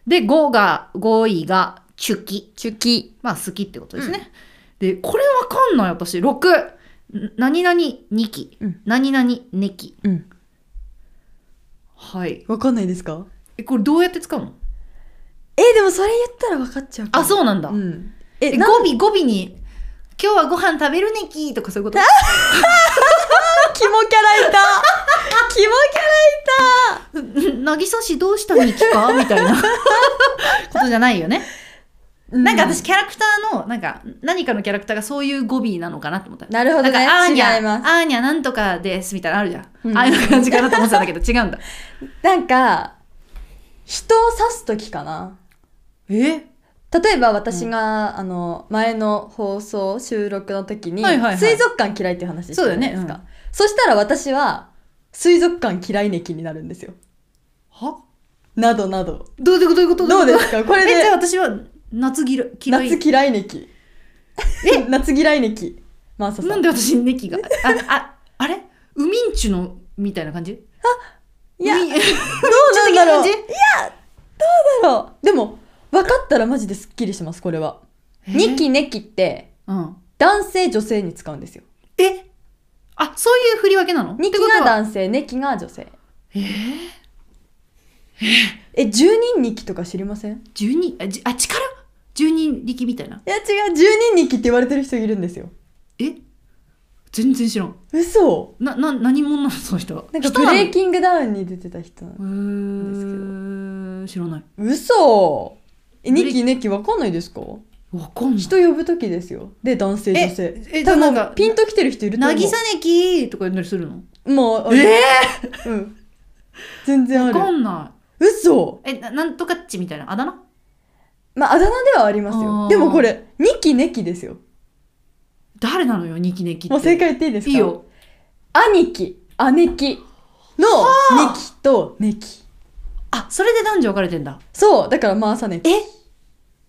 [SPEAKER 1] で、5が、5位が、チュキ。
[SPEAKER 2] チュキ
[SPEAKER 1] まあ、好きってことですね。で、これわかんない、私。6。ん何々、2期。
[SPEAKER 2] うん
[SPEAKER 1] 何々、ネキ。
[SPEAKER 2] うん
[SPEAKER 1] はい。
[SPEAKER 2] わかんないですか
[SPEAKER 1] え、これどうやって使うの
[SPEAKER 2] えでもそれ言ったらわかっちゃうか
[SPEAKER 1] あ、そうなんだ。
[SPEAKER 2] ううん
[SPEAKER 1] え
[SPEAKER 2] え
[SPEAKER 1] 語
[SPEAKER 2] なん
[SPEAKER 1] 尾、語尾に、今日はご飯食べるねきとかそういうこと。
[SPEAKER 2] キモキャラい <laughs> たキモキャラ
[SPEAKER 1] <laughs> なぎさしどうしたみきかみたい <laughs> なことじゃないよね。
[SPEAKER 2] い
[SPEAKER 1] なんか私、キャラクターの、なんか、何かのキャラクターがそういう語尾なのかなと思った。
[SPEAKER 2] なるほど
[SPEAKER 1] なん
[SPEAKER 2] ね
[SPEAKER 1] か、あーにゃ、
[SPEAKER 2] 違います
[SPEAKER 1] あーにゃなんとかです、みたいなのあるじゃん。
[SPEAKER 2] うん
[SPEAKER 1] ああいう感じかなと思ってたんだけど、違うんだ。
[SPEAKER 2] なんか人を指す時かな
[SPEAKER 1] <laughs> え
[SPEAKER 2] 例えば私が、あの前の放送収録の時に、
[SPEAKER 1] はいはいはい
[SPEAKER 2] 水族館嫌いっていう話してたじゃないですか
[SPEAKER 1] そうだ
[SPEAKER 2] そ
[SPEAKER 1] よね
[SPEAKER 2] したら私は水族館嫌いねきになるんですよ
[SPEAKER 1] は
[SPEAKER 2] などなど
[SPEAKER 1] どういうことどういうこと
[SPEAKER 2] どうですすかこれ
[SPEAKER 1] え、じゃあ
[SPEAKER 2] で
[SPEAKER 1] 私は、夏嫌い。嫌い
[SPEAKER 2] <laughs> 夏嫌いねき <laughs> 夏嫌いねきマーサ
[SPEAKER 1] な
[SPEAKER 2] さ
[SPEAKER 1] ん
[SPEAKER 2] ん
[SPEAKER 1] で私、ネキが。あ、あ、あれウミンチュの、みたいな感じ
[SPEAKER 2] いや
[SPEAKER 1] ウミンどう
[SPEAKER 2] どうなんだろう
[SPEAKER 1] 感じ
[SPEAKER 2] そうでも分かったらマジですっきりしますこれはニキネキって
[SPEAKER 1] うん。
[SPEAKER 2] 男性女性に使うんですよ
[SPEAKER 1] えあ、そういう振り分けなの
[SPEAKER 2] ニキ
[SPEAKER 1] って
[SPEAKER 2] が
[SPEAKER 1] ことは
[SPEAKER 2] 男性ネキが女性
[SPEAKER 1] えー、
[SPEAKER 2] え十人ニキとか知りません
[SPEAKER 1] 十二あ、じあ、力十人力みたいな。
[SPEAKER 2] いや違う十人ニキって言われてる人いるんですよ
[SPEAKER 1] え全然知らん。
[SPEAKER 2] 嘘
[SPEAKER 1] な、な、何者なの <laughs> その人は。
[SPEAKER 2] なんか
[SPEAKER 1] 人
[SPEAKER 2] ブ
[SPEAKER 1] なの
[SPEAKER 2] レイキングダウンに出てた人なの
[SPEAKER 1] うーん知らない。
[SPEAKER 2] 嘘え
[SPEAKER 1] ブレイ
[SPEAKER 2] ニキネキわかんないですか
[SPEAKER 1] わわかんない。
[SPEAKER 2] 人呼ぶ時ですよで男性
[SPEAKER 1] え
[SPEAKER 2] 女性多
[SPEAKER 1] えじゃあ
[SPEAKER 2] 分
[SPEAKER 1] なんか
[SPEAKER 2] ピンときてる人いると思う
[SPEAKER 1] 渚ねきとか呼んだりするの
[SPEAKER 2] もうあ
[SPEAKER 1] え
[SPEAKER 2] うん全然
[SPEAKER 1] わか
[SPEAKER 2] ある
[SPEAKER 1] んな
[SPEAKER 2] 嘘
[SPEAKER 1] い。え、ななんとかっちみたいな。あだ名
[SPEAKER 2] まああだ名ではあります
[SPEAKER 1] あー
[SPEAKER 2] よでもこれニキネキですよ
[SPEAKER 1] 誰なのよ、ニキネキって。
[SPEAKER 2] もう正解言っていいですか
[SPEAKER 1] いいよ。
[SPEAKER 2] 兄貴姉貴のニキとネキ
[SPEAKER 1] あ、それで男女分かれてんだ。
[SPEAKER 2] そうだから回さね
[SPEAKER 1] え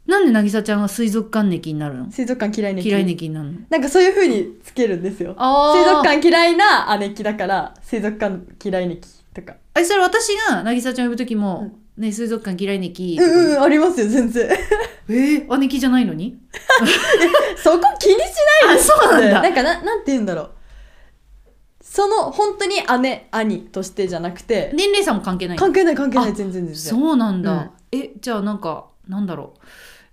[SPEAKER 1] なんで渚ちゃんは水族館ネキになるの
[SPEAKER 2] 水族館嫌いネキ
[SPEAKER 1] 嫌いネキになるの
[SPEAKER 2] なんかそういう風につけるんですよ
[SPEAKER 1] あ
[SPEAKER 2] 水族
[SPEAKER 1] 館
[SPEAKER 2] 館嫌いな姉貴だから水族館嫌いネキとか
[SPEAKER 1] え、それ私が渚ちゃん呼ぶときも、ね、水族館嫌いネキ。
[SPEAKER 2] うんうんうんありますよ全
[SPEAKER 1] <laughs>
[SPEAKER 2] 然
[SPEAKER 1] えー、姉貴じゃないのに
[SPEAKER 2] そこ気にし
[SPEAKER 1] あ、そう
[SPEAKER 2] ないで
[SPEAKER 1] なん
[SPEAKER 2] な
[SPEAKER 1] だ。
[SPEAKER 2] んかななんて言うんだろうその本当に姉兄としてじゃなくて
[SPEAKER 1] 年齢差も関係ないの
[SPEAKER 2] 関係ない関係な
[SPEAKER 1] あ
[SPEAKER 2] い全然全然
[SPEAKER 1] そうなんだ、えじゃあなんかなんだろう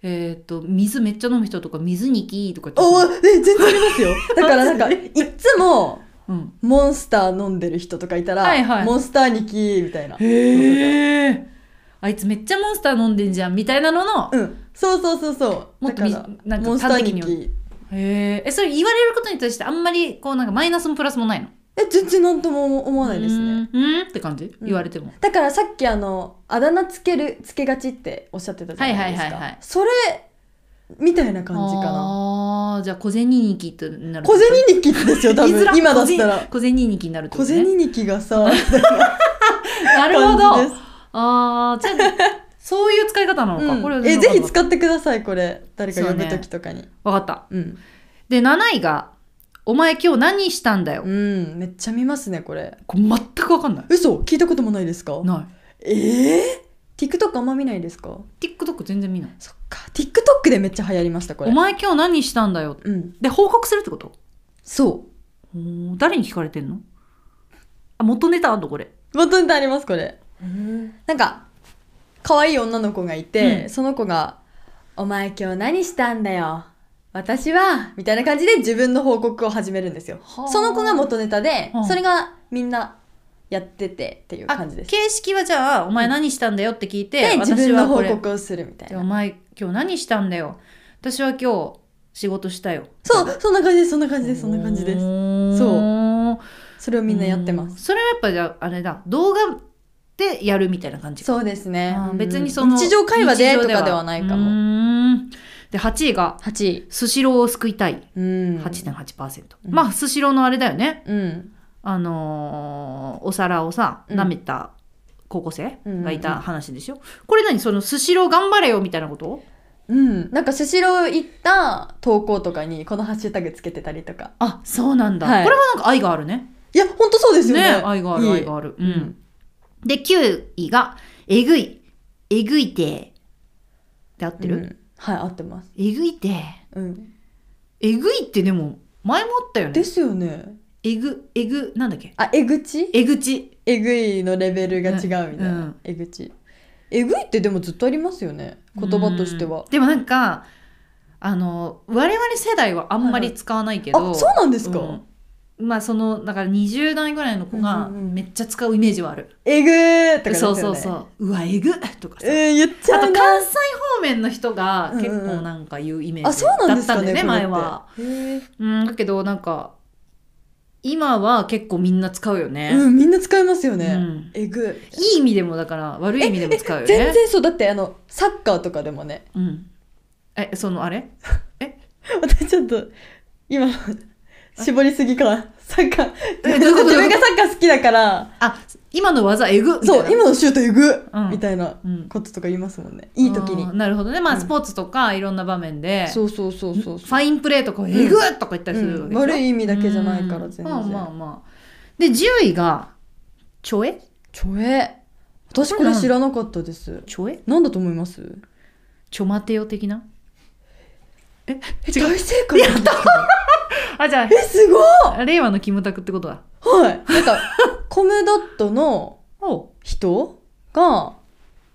[SPEAKER 1] えっ、と水めっちゃ飲む人とか水にきーとかって
[SPEAKER 2] おおえ全然ありますよ
[SPEAKER 1] <laughs>
[SPEAKER 2] だからなんかいっつも
[SPEAKER 1] うん、
[SPEAKER 2] モンスター飲んでる人とかいたら、
[SPEAKER 1] はいはい
[SPEAKER 2] モンスター兄貴みたいな
[SPEAKER 1] へえあいつめっちゃモンスター飲んでんじゃんみたいなのの
[SPEAKER 2] うんそうそうそうそう
[SPEAKER 1] もっとみ
[SPEAKER 2] だから
[SPEAKER 1] なんか
[SPEAKER 2] モンスター
[SPEAKER 1] 端的
[SPEAKER 2] 兄
[SPEAKER 1] には
[SPEAKER 2] 貴
[SPEAKER 1] へーえそれ言われることに対してあんまりこうなんかマイナスもプラスもないの
[SPEAKER 2] え全然なんとも思わないですね
[SPEAKER 1] うーんうーんって感じ
[SPEAKER 2] うん
[SPEAKER 1] 言われても、
[SPEAKER 2] だからさっきあのあだ名つけるつけがちっておっしゃってたじゃないですか、
[SPEAKER 1] はいはいはいはい
[SPEAKER 2] それみたいな感じかな
[SPEAKER 1] ああーじゃあ小銭にきとなる
[SPEAKER 2] 小銭ニキですよ多
[SPEAKER 1] 言いづら
[SPEAKER 2] 分今だったら
[SPEAKER 1] 小銭にきになるってこ
[SPEAKER 2] 小
[SPEAKER 1] とね
[SPEAKER 2] 銭ニキがさ
[SPEAKER 1] <laughs> なる
[SPEAKER 2] 感
[SPEAKER 1] ほ
[SPEAKER 2] じ
[SPEAKER 1] ど
[SPEAKER 2] です
[SPEAKER 1] ああじゃあそういう使い方なのか、
[SPEAKER 2] うん
[SPEAKER 1] これは
[SPEAKER 2] え
[SPEAKER 1] 全
[SPEAKER 2] ぜ
[SPEAKER 1] 然
[SPEAKER 2] ひ
[SPEAKER 1] わ
[SPEAKER 2] 使ってくださいこれ誰か呼ぶ時とかに
[SPEAKER 1] かった
[SPEAKER 2] う,、
[SPEAKER 1] で7位が「お前今日何したんだよ」
[SPEAKER 2] ん、うん、めっちゃ見ますねこれ
[SPEAKER 1] これ全く分かんない
[SPEAKER 2] 嘘聞いたこともないですか
[SPEAKER 1] ない
[SPEAKER 2] ええ TikTok あんま見ないですか
[SPEAKER 1] TikTok 全然見ない
[SPEAKER 2] そっか TikTok でめっちゃ流行りました
[SPEAKER 1] 「
[SPEAKER 2] こ
[SPEAKER 1] お
[SPEAKER 2] れ
[SPEAKER 1] 前今日何したんだよ
[SPEAKER 2] うん」
[SPEAKER 1] で報告するってこと
[SPEAKER 2] そ
[SPEAKER 1] おー誰に聞かれてんのあ元ネタあんのこれ
[SPEAKER 2] う元ネタありますこれ
[SPEAKER 1] うん
[SPEAKER 2] なんか可愛い女の子がいて、
[SPEAKER 1] うん
[SPEAKER 2] その子が「お前今日何したんだよ私は」みたいな感じで自分の報告を始めるんですよ
[SPEAKER 1] はあ
[SPEAKER 2] その子が元ネタで、
[SPEAKER 1] うん
[SPEAKER 2] それがみんなやっててっていう
[SPEAKER 1] あ
[SPEAKER 2] 感じです
[SPEAKER 1] 形式はじゃあ「お前何したんだよ」って聞いて、
[SPEAKER 2] で自
[SPEAKER 1] 私
[SPEAKER 2] 分の
[SPEAKER 1] はこ
[SPEAKER 2] 報
[SPEAKER 1] れ
[SPEAKER 2] 告をするみたい
[SPEAKER 1] でお
[SPEAKER 2] な
[SPEAKER 1] 前今日何したんだよ私は今日仕事したよ
[SPEAKER 2] そうそんな感じですそんな感じですそんな感じです
[SPEAKER 1] す
[SPEAKER 2] そうそれをみんなやってま
[SPEAKER 1] うん
[SPEAKER 2] す
[SPEAKER 1] それはやっぱじゃああれだ動画でやるみたいな感じか
[SPEAKER 2] そうですね
[SPEAKER 1] あー
[SPEAKER 2] うん
[SPEAKER 1] 別にその
[SPEAKER 2] 日常会話でとかではないかも
[SPEAKER 1] もで8位が
[SPEAKER 2] 8位
[SPEAKER 1] 「スシローを救いたい
[SPEAKER 2] うん」
[SPEAKER 1] 8.8%、
[SPEAKER 2] うん
[SPEAKER 1] まあスシローのあれだよね
[SPEAKER 2] うん
[SPEAKER 1] あのーお皿をさ
[SPEAKER 2] うん
[SPEAKER 1] 舐めた高校生がい
[SPEAKER 2] うんうん
[SPEAKER 1] た
[SPEAKER 2] うん
[SPEAKER 1] 話でしょ、これ何そのスシロー頑張れよみたいなこと
[SPEAKER 2] うん、なんかスシロー行った投稿とかにこのハッシュタグつけてたりとか
[SPEAKER 1] あそうなんだ、
[SPEAKER 2] はい
[SPEAKER 1] これはなんか愛があるね
[SPEAKER 2] いや本当そうですよ
[SPEAKER 1] ね
[SPEAKER 2] ね
[SPEAKER 1] 愛がある
[SPEAKER 2] いい
[SPEAKER 1] 愛があるうんで9位が「えぐい」「えぐいて」で合ってる、
[SPEAKER 2] うんはい合ってます、
[SPEAKER 1] えぐいて
[SPEAKER 2] うん、
[SPEAKER 1] えぐいってでも前もあったよね
[SPEAKER 2] ですよね
[SPEAKER 1] えぐえぐなんだっけ
[SPEAKER 2] あえぐち
[SPEAKER 1] えぐち
[SPEAKER 2] えぐいのレベルが違うみたいな、
[SPEAKER 1] うん
[SPEAKER 2] えぐちえぐいってでもずっとありますよね言葉として
[SPEAKER 1] う
[SPEAKER 2] は
[SPEAKER 1] んでもなんかあの我々世代はあんまり使わないけど、
[SPEAKER 2] あそうなんですか、
[SPEAKER 1] うんまあそのだから20代ぐらいの子が
[SPEAKER 2] うんうんうん
[SPEAKER 1] めっちゃ使うイメージはある、
[SPEAKER 2] えぐーとかです
[SPEAKER 1] そ
[SPEAKER 2] よ
[SPEAKER 1] う
[SPEAKER 2] ね
[SPEAKER 1] そうそううわえぐとかさ、
[SPEAKER 2] えー、言っち
[SPEAKER 1] あ
[SPEAKER 2] ゃう
[SPEAKER 1] と
[SPEAKER 2] な
[SPEAKER 1] 関西方面の人が結
[SPEAKER 2] うんうんう
[SPEAKER 1] 構
[SPEAKER 2] ん
[SPEAKER 1] なんか言うイメー
[SPEAKER 2] あ
[SPEAKER 1] ジ
[SPEAKER 2] そう
[SPEAKER 1] だ
[SPEAKER 2] なんで
[SPEAKER 1] っ
[SPEAKER 2] す
[SPEAKER 1] た
[SPEAKER 2] か
[SPEAKER 1] んだよ
[SPEAKER 2] ね
[SPEAKER 1] ね
[SPEAKER 2] これって
[SPEAKER 1] 前は。
[SPEAKER 2] へー
[SPEAKER 1] うんだけどなんか今は結構みんな使うよね。
[SPEAKER 2] うんみんな使いますよね、
[SPEAKER 1] うん
[SPEAKER 2] えぐ
[SPEAKER 1] いい意味でもだから悪い意味でも使うよね。
[SPEAKER 2] 全然そうだってあのサッカーとかでもね
[SPEAKER 1] うん、えそのあれ
[SPEAKER 2] 私ちょっと今絞りすぎかサッカー
[SPEAKER 1] え
[SPEAKER 2] 自
[SPEAKER 1] どういうこと
[SPEAKER 2] 分がサッカー好きだから
[SPEAKER 1] あ今の技えぐみたい
[SPEAKER 2] そ
[SPEAKER 1] な
[SPEAKER 2] う今のシュートえぐ、
[SPEAKER 1] うん
[SPEAKER 2] みたいな
[SPEAKER 1] うん
[SPEAKER 2] こととか言いますもんねいい時に
[SPEAKER 1] あーなるほどねまあ、
[SPEAKER 2] うん
[SPEAKER 1] スポーツとかいろんな場面で
[SPEAKER 2] そうそうそうそう
[SPEAKER 1] ファインプレーとかえぐっとか言ったりするわけでしょ
[SPEAKER 2] 悪い意味だけじゃないから
[SPEAKER 1] うん
[SPEAKER 2] 全然、
[SPEAKER 1] まあまあまあで10位が「ちょえ
[SPEAKER 2] ちょえ私これ知らなかったです
[SPEAKER 1] ちょえ
[SPEAKER 2] なんだと思います
[SPEAKER 1] ちょ待てよ」的なえ
[SPEAKER 2] え
[SPEAKER 1] 違う
[SPEAKER 2] 大正解なんですけど
[SPEAKER 1] あじゃ
[SPEAKER 2] えすごい
[SPEAKER 1] あ令和のキムタクってことだ
[SPEAKER 2] はいなんかコムドットの
[SPEAKER 1] お
[SPEAKER 2] 人が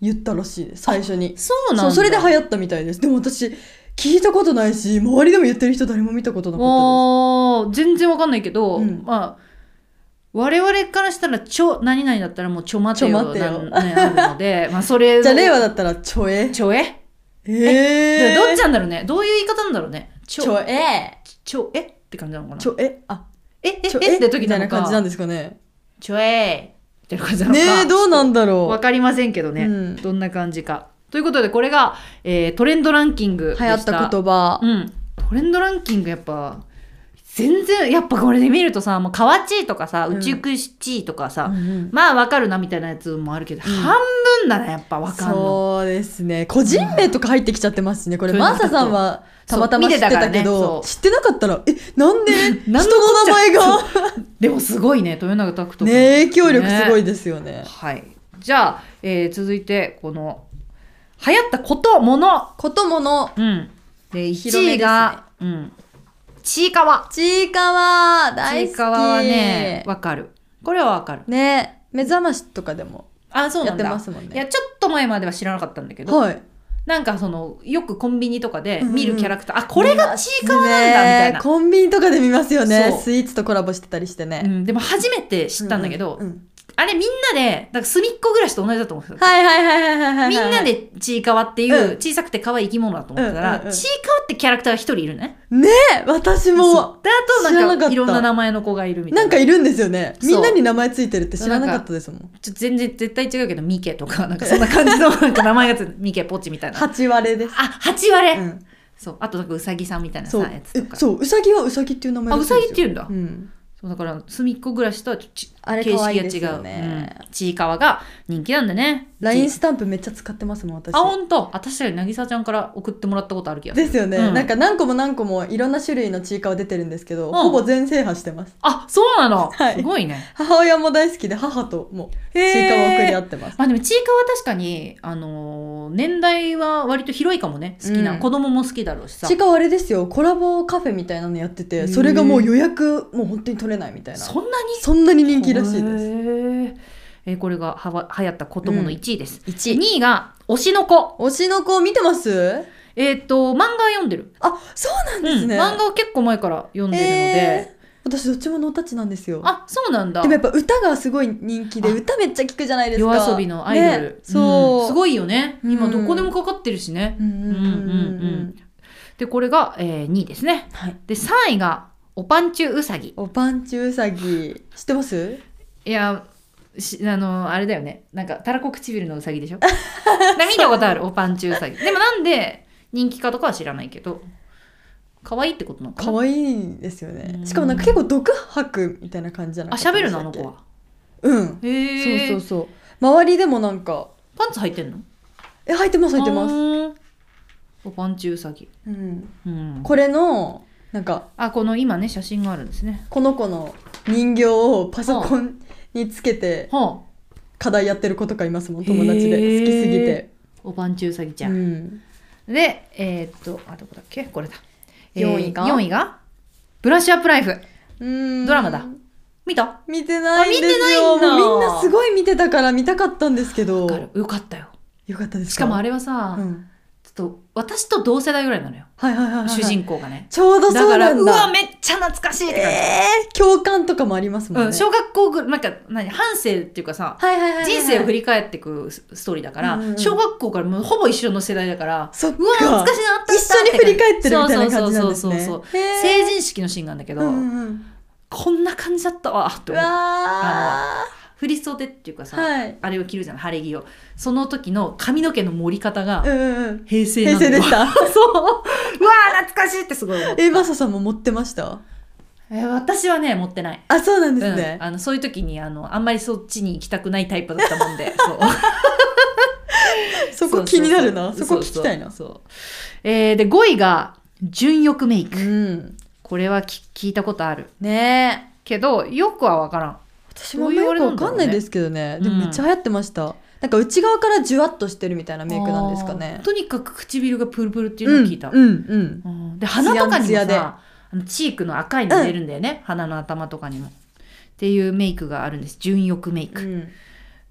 [SPEAKER 2] 言ったらしいです最初に
[SPEAKER 1] そうなんだ
[SPEAKER 2] そうそれで流行ったみたいですでも私聞いたことないし周りでも言ってる人誰も見たことなかっ
[SPEAKER 1] おー全然わかんないけど、
[SPEAKER 2] うん
[SPEAKER 1] まあ我々からしたら「ちょ」何々だったらもう「ちょ待てよ」
[SPEAKER 2] ちょ待てよ <laughs>
[SPEAKER 1] なんねあるので、まあ、それ
[SPEAKER 2] たですじゃあ令和だ
[SPEAKER 1] っ
[SPEAKER 2] ったらちょえ
[SPEAKER 1] ちょえ」
[SPEAKER 2] へ
[SPEAKER 1] で
[SPEAKER 2] え
[SPEAKER 1] どっちなんだろうねどういう言い方なんだろうねち
[SPEAKER 2] ちょえ
[SPEAKER 1] ちょえって感じなのかな
[SPEAKER 2] ちょえあ
[SPEAKER 1] ええ
[SPEAKER 2] ちょ
[SPEAKER 1] えって時
[SPEAKER 2] みた
[SPEAKER 1] ない
[SPEAKER 2] な
[SPEAKER 1] のか
[SPEAKER 2] 感じなんですかね
[SPEAKER 1] ちょえーって感じなのか
[SPEAKER 2] ねえどうなんだ
[SPEAKER 1] わ
[SPEAKER 2] ろ
[SPEAKER 1] かりませんけどね、
[SPEAKER 2] うん
[SPEAKER 1] どんな感じか。ということでこれが、えートレンドランキングで
[SPEAKER 2] う
[SPEAKER 1] し
[SPEAKER 2] 流
[SPEAKER 1] た
[SPEAKER 2] 行った言葉
[SPEAKER 1] うん、トレンドランキングやっぱ全然やっぱこれで見るとさもうかわちいとかさ
[SPEAKER 2] うん
[SPEAKER 1] うちくしちいとかさ、
[SPEAKER 2] うん
[SPEAKER 1] まあわかるなみたいなやつもあるけど、
[SPEAKER 2] うん
[SPEAKER 1] 半分だねやっぱわかんの。
[SPEAKER 2] そうですね個人名とか入ってきちゃってますしねこれ
[SPEAKER 1] うん
[SPEAKER 2] マーサさんはたまたま
[SPEAKER 1] そう
[SPEAKER 2] 知ってたけ
[SPEAKER 1] 見てたからねそ
[SPEAKER 2] ど
[SPEAKER 1] う
[SPEAKER 2] 知ってなかったらえなんで人の
[SPEAKER 1] <laughs> なんのこっち
[SPEAKER 2] 名
[SPEAKER 1] ゃ
[SPEAKER 2] 前が
[SPEAKER 1] でもすごいね豊永拓人君
[SPEAKER 2] ね影響力すごい
[SPEAKER 1] ね
[SPEAKER 2] ですよね
[SPEAKER 1] はいじゃあ、えー続いてこの流行ったこともの、
[SPEAKER 2] こともの
[SPEAKER 1] うん、で
[SPEAKER 2] 広
[SPEAKER 1] 1
[SPEAKER 2] めですね
[SPEAKER 1] 位が、うん、ちいかわ。
[SPEAKER 2] ちいかわ大好き
[SPEAKER 1] ちいかわはねわかるこれはわかる。
[SPEAKER 2] ね目覚ましとかでも
[SPEAKER 1] あそう
[SPEAKER 2] や
[SPEAKER 1] な
[SPEAKER 2] っ
[SPEAKER 1] ん
[SPEAKER 2] て
[SPEAKER 1] だ
[SPEAKER 2] ますもん
[SPEAKER 1] いや
[SPEAKER 2] ね
[SPEAKER 1] ちょっと前までは知らなかったんだけど、
[SPEAKER 2] はい
[SPEAKER 1] なんかそのよくコンビニとかで
[SPEAKER 2] うんうん
[SPEAKER 1] 見るキャラクター、あこれがちいかわなんだみたい
[SPEAKER 2] ね
[SPEAKER 1] な、
[SPEAKER 2] コンビニとかで見ますよね
[SPEAKER 1] そう
[SPEAKER 2] スイーツとコラボしてたりして
[SPEAKER 1] う
[SPEAKER 2] ね
[SPEAKER 1] ん、でも初めて知ったんだけど、
[SPEAKER 2] ううん
[SPEAKER 1] あれみんなでだから隅っこ暮らしと同じだと思ってた、
[SPEAKER 2] はいはいはいはいはいはい
[SPEAKER 1] みんなでちいかわっていう
[SPEAKER 2] うん
[SPEAKER 1] 小さくて可愛い生き物だと思ってたら、
[SPEAKER 2] うんうんうん
[SPEAKER 1] ちいかわってキャラクターが一人いるのね
[SPEAKER 2] ね私
[SPEAKER 1] そ
[SPEAKER 2] も
[SPEAKER 1] うであと
[SPEAKER 2] 知ら
[SPEAKER 1] な
[SPEAKER 2] なんか
[SPEAKER 1] か
[SPEAKER 2] った
[SPEAKER 1] いろんな名前の子がいるみたいな
[SPEAKER 2] なんかいるんですよね
[SPEAKER 1] そう
[SPEAKER 2] みんなに名前ついてるって知らなかったですもん
[SPEAKER 1] ちょっと全然絶対違うけどミケとかなんかそんな感じのなんか名前がついてるミケポチみたいなあ
[SPEAKER 2] 八割れです
[SPEAKER 1] 八割れ、
[SPEAKER 2] うん
[SPEAKER 1] そうあとなんかウサギさんみたいなさ
[SPEAKER 2] そう
[SPEAKER 1] やつと
[SPEAKER 2] え
[SPEAKER 1] か
[SPEAKER 2] そううさぎはうさぎっていう名前
[SPEAKER 1] あ
[SPEAKER 2] ら
[SPEAKER 1] ウ
[SPEAKER 2] しい
[SPEAKER 1] サ
[SPEAKER 2] ですよ
[SPEAKER 1] ギっていうんだ、
[SPEAKER 2] うん
[SPEAKER 1] そうだから隅っこ暮らしとはちょっとち
[SPEAKER 2] あれ
[SPEAKER 1] 形
[SPEAKER 2] 可愛いです
[SPEAKER 1] 式が違
[SPEAKER 2] よ
[SPEAKER 1] う、
[SPEAKER 2] ね
[SPEAKER 1] うん、ちいかわが人気なんでね
[SPEAKER 2] LINE
[SPEAKER 1] ち
[SPEAKER 2] スタンプめっちゃ使ってますもん私
[SPEAKER 1] あ本当あ確かに渚ちゃんから送ってもらったことある気がする
[SPEAKER 2] ですよね、
[SPEAKER 1] うん
[SPEAKER 2] なんか何個も何個もいろんな種類のちいかわ出てるんですけど、
[SPEAKER 1] ん
[SPEAKER 2] ほぼ全制覇してます
[SPEAKER 1] あそうなの、
[SPEAKER 2] はい
[SPEAKER 1] すごいね
[SPEAKER 2] 母親も大好きで母ともち
[SPEAKER 1] へー
[SPEAKER 2] いかわを送り合ってます
[SPEAKER 1] まあでもちいかわは確かにあのー年代は割と広いかもね好きな、
[SPEAKER 2] うん
[SPEAKER 1] 子供も好きだろうしさ
[SPEAKER 2] ちいかわあれですよコラボカフェみたいなのやって
[SPEAKER 1] へ
[SPEAKER 2] て
[SPEAKER 1] ー
[SPEAKER 2] それがもう予約もう本当に取れないみたいな
[SPEAKER 1] そんなに
[SPEAKER 2] そんなに人気らしいです
[SPEAKER 1] すえーこれがはわ流行った子供の1位です、
[SPEAKER 2] 1
[SPEAKER 1] 2位が推しの子
[SPEAKER 2] 推しの子見てます
[SPEAKER 1] えっ、と漫画は読んでる、
[SPEAKER 2] あそうなんです
[SPEAKER 1] うん
[SPEAKER 2] ね、
[SPEAKER 1] 漫画は結構前から読んでるので、
[SPEAKER 2] へー私どっちもノータッチなんですよ
[SPEAKER 1] あそうなんだ
[SPEAKER 2] でもやっぱ歌がすごい人気で
[SPEAKER 1] あ
[SPEAKER 2] 歌めっちゃ聞くじゃないですか
[SPEAKER 1] 夜遊びのアイドル、
[SPEAKER 2] ねそう、
[SPEAKER 1] んすごいよね
[SPEAKER 2] うん
[SPEAKER 1] 今どこでもかかってるしね、
[SPEAKER 2] うんうんうん
[SPEAKER 1] うんうんうんでこれが、えー、2位ですね
[SPEAKER 2] はい
[SPEAKER 1] で3位がおぱんちゅううさぎ
[SPEAKER 2] おパンチウサギ知ってます
[SPEAKER 1] いやしあのあれだよねなんかたらこ唇のうさぎ
[SPEAKER 2] <laughs>
[SPEAKER 1] でしょな見たことあるおぱんちゅううさぎでもなんで人気かとかは知らないけど可愛いってことなのかな
[SPEAKER 2] 可愛いんですよね
[SPEAKER 1] うん
[SPEAKER 2] しかもなんか結構毒吐くみたいな感じじゃな
[SPEAKER 1] あ
[SPEAKER 2] かった
[SPEAKER 1] 喋
[SPEAKER 2] で
[SPEAKER 1] る
[SPEAKER 2] した
[SPEAKER 1] の
[SPEAKER 2] っ
[SPEAKER 1] あ
[SPEAKER 2] け
[SPEAKER 1] の子は
[SPEAKER 2] うん
[SPEAKER 1] へ
[SPEAKER 2] そう
[SPEAKER 1] え
[SPEAKER 2] そうそう周りでもなんか
[SPEAKER 1] パンツ履いてんの
[SPEAKER 2] え履いてます履いてます、
[SPEAKER 1] すおぱんちゅううさぎ、
[SPEAKER 2] うん、
[SPEAKER 1] うん、
[SPEAKER 2] これのなんか
[SPEAKER 1] あこの今ね写真があるんですね
[SPEAKER 2] この子の人形をパソコンにつけて
[SPEAKER 1] はあ
[SPEAKER 2] 課題やってる子とかいますもん友達で好きすぎて
[SPEAKER 1] おばんちゅうさぎちゃ、
[SPEAKER 2] うんん、
[SPEAKER 1] でえーっとあどこだっけこれだ、え
[SPEAKER 2] 四位が
[SPEAKER 1] 4位がブラッシュアップライフ
[SPEAKER 2] うん
[SPEAKER 1] ドラマだ見た
[SPEAKER 2] 見てないんです
[SPEAKER 1] あ
[SPEAKER 2] よ
[SPEAKER 1] 見てないんだ
[SPEAKER 2] もうみんなすごい見てたから見たかったんですけど
[SPEAKER 1] わかるよかったよ
[SPEAKER 2] よかったですか
[SPEAKER 1] しかもあ
[SPEAKER 2] れ、
[SPEAKER 1] れはさ、
[SPEAKER 2] うん、
[SPEAKER 1] ちょっと私と同世代ぐらいなのよ、
[SPEAKER 2] はいはいはいはい、
[SPEAKER 1] 主人公がね
[SPEAKER 2] ちょうど
[SPEAKER 1] だ
[SPEAKER 2] そ
[SPEAKER 1] か
[SPEAKER 2] うな
[SPEAKER 1] らうんわ
[SPEAKER 2] だ
[SPEAKER 1] めっちゃ懐かしいって感じ、
[SPEAKER 2] えー、共感とかもありますもんね、
[SPEAKER 1] うん、小学校ぐなんか何半生っていうかさ
[SPEAKER 2] はいはいはいはいはい
[SPEAKER 1] 人生を振り返ってくスストーリーだから、
[SPEAKER 2] うんうん
[SPEAKER 1] 小学校からもうほぼ一緒の世代だから
[SPEAKER 2] そっか
[SPEAKER 1] うわ懐かしいなあったあっ
[SPEAKER 2] 一
[SPEAKER 1] た
[SPEAKER 2] 緒に振り返ってるみたいな感じなんですね
[SPEAKER 1] そうそうそうそう
[SPEAKER 2] へー
[SPEAKER 1] 成人式のシーンがあるんだけど、
[SPEAKER 2] うんうんうん
[SPEAKER 1] こんな感じだったわって
[SPEAKER 2] う
[SPEAKER 1] 思う
[SPEAKER 2] わ
[SPEAKER 1] 振り袖っていうかさ、
[SPEAKER 2] ーはい
[SPEAKER 1] あれを着るじゃん晴れ着をその時の髪の毛の盛り方が
[SPEAKER 2] うんうんうん
[SPEAKER 1] 平成な
[SPEAKER 2] 平
[SPEAKER 1] んだ
[SPEAKER 2] 成
[SPEAKER 1] よ
[SPEAKER 2] でした
[SPEAKER 1] <laughs> そううわー懐かしいってすごい思った
[SPEAKER 2] えマサさんも持ってました
[SPEAKER 1] え私はね持ってない、
[SPEAKER 2] あそうなんです
[SPEAKER 1] うん、
[SPEAKER 2] ね、
[SPEAKER 1] あのそういう時にあのあんまりそっちに行きたくないタイプだったもんで <laughs> そう
[SPEAKER 2] そこ気になるなそこ聞きたいな
[SPEAKER 1] そうそうそうえーで5位が純欲メイク、
[SPEAKER 2] うん
[SPEAKER 1] これはき聞いたことある
[SPEAKER 2] ねえ
[SPEAKER 1] けどよくは分からん
[SPEAKER 2] 私もあんまよくわかんないですけどねでもめっちゃ流行ってました、なんか内側からジュワっとしてるみたいなメイクなんですか
[SPEAKER 1] あ
[SPEAKER 2] ね
[SPEAKER 1] ーとにかく唇がプルプルっていうのを聞いた、
[SPEAKER 2] うんうん
[SPEAKER 1] で鼻とかにも
[SPEAKER 2] ツヤ
[SPEAKER 1] さ
[SPEAKER 2] ンツヤで
[SPEAKER 1] あのチークの赤いの出るんだよね、鼻の頭とかにもっていうメイクがあるんです純欲メイ
[SPEAKER 2] う
[SPEAKER 1] ク、
[SPEAKER 2] ん、うん、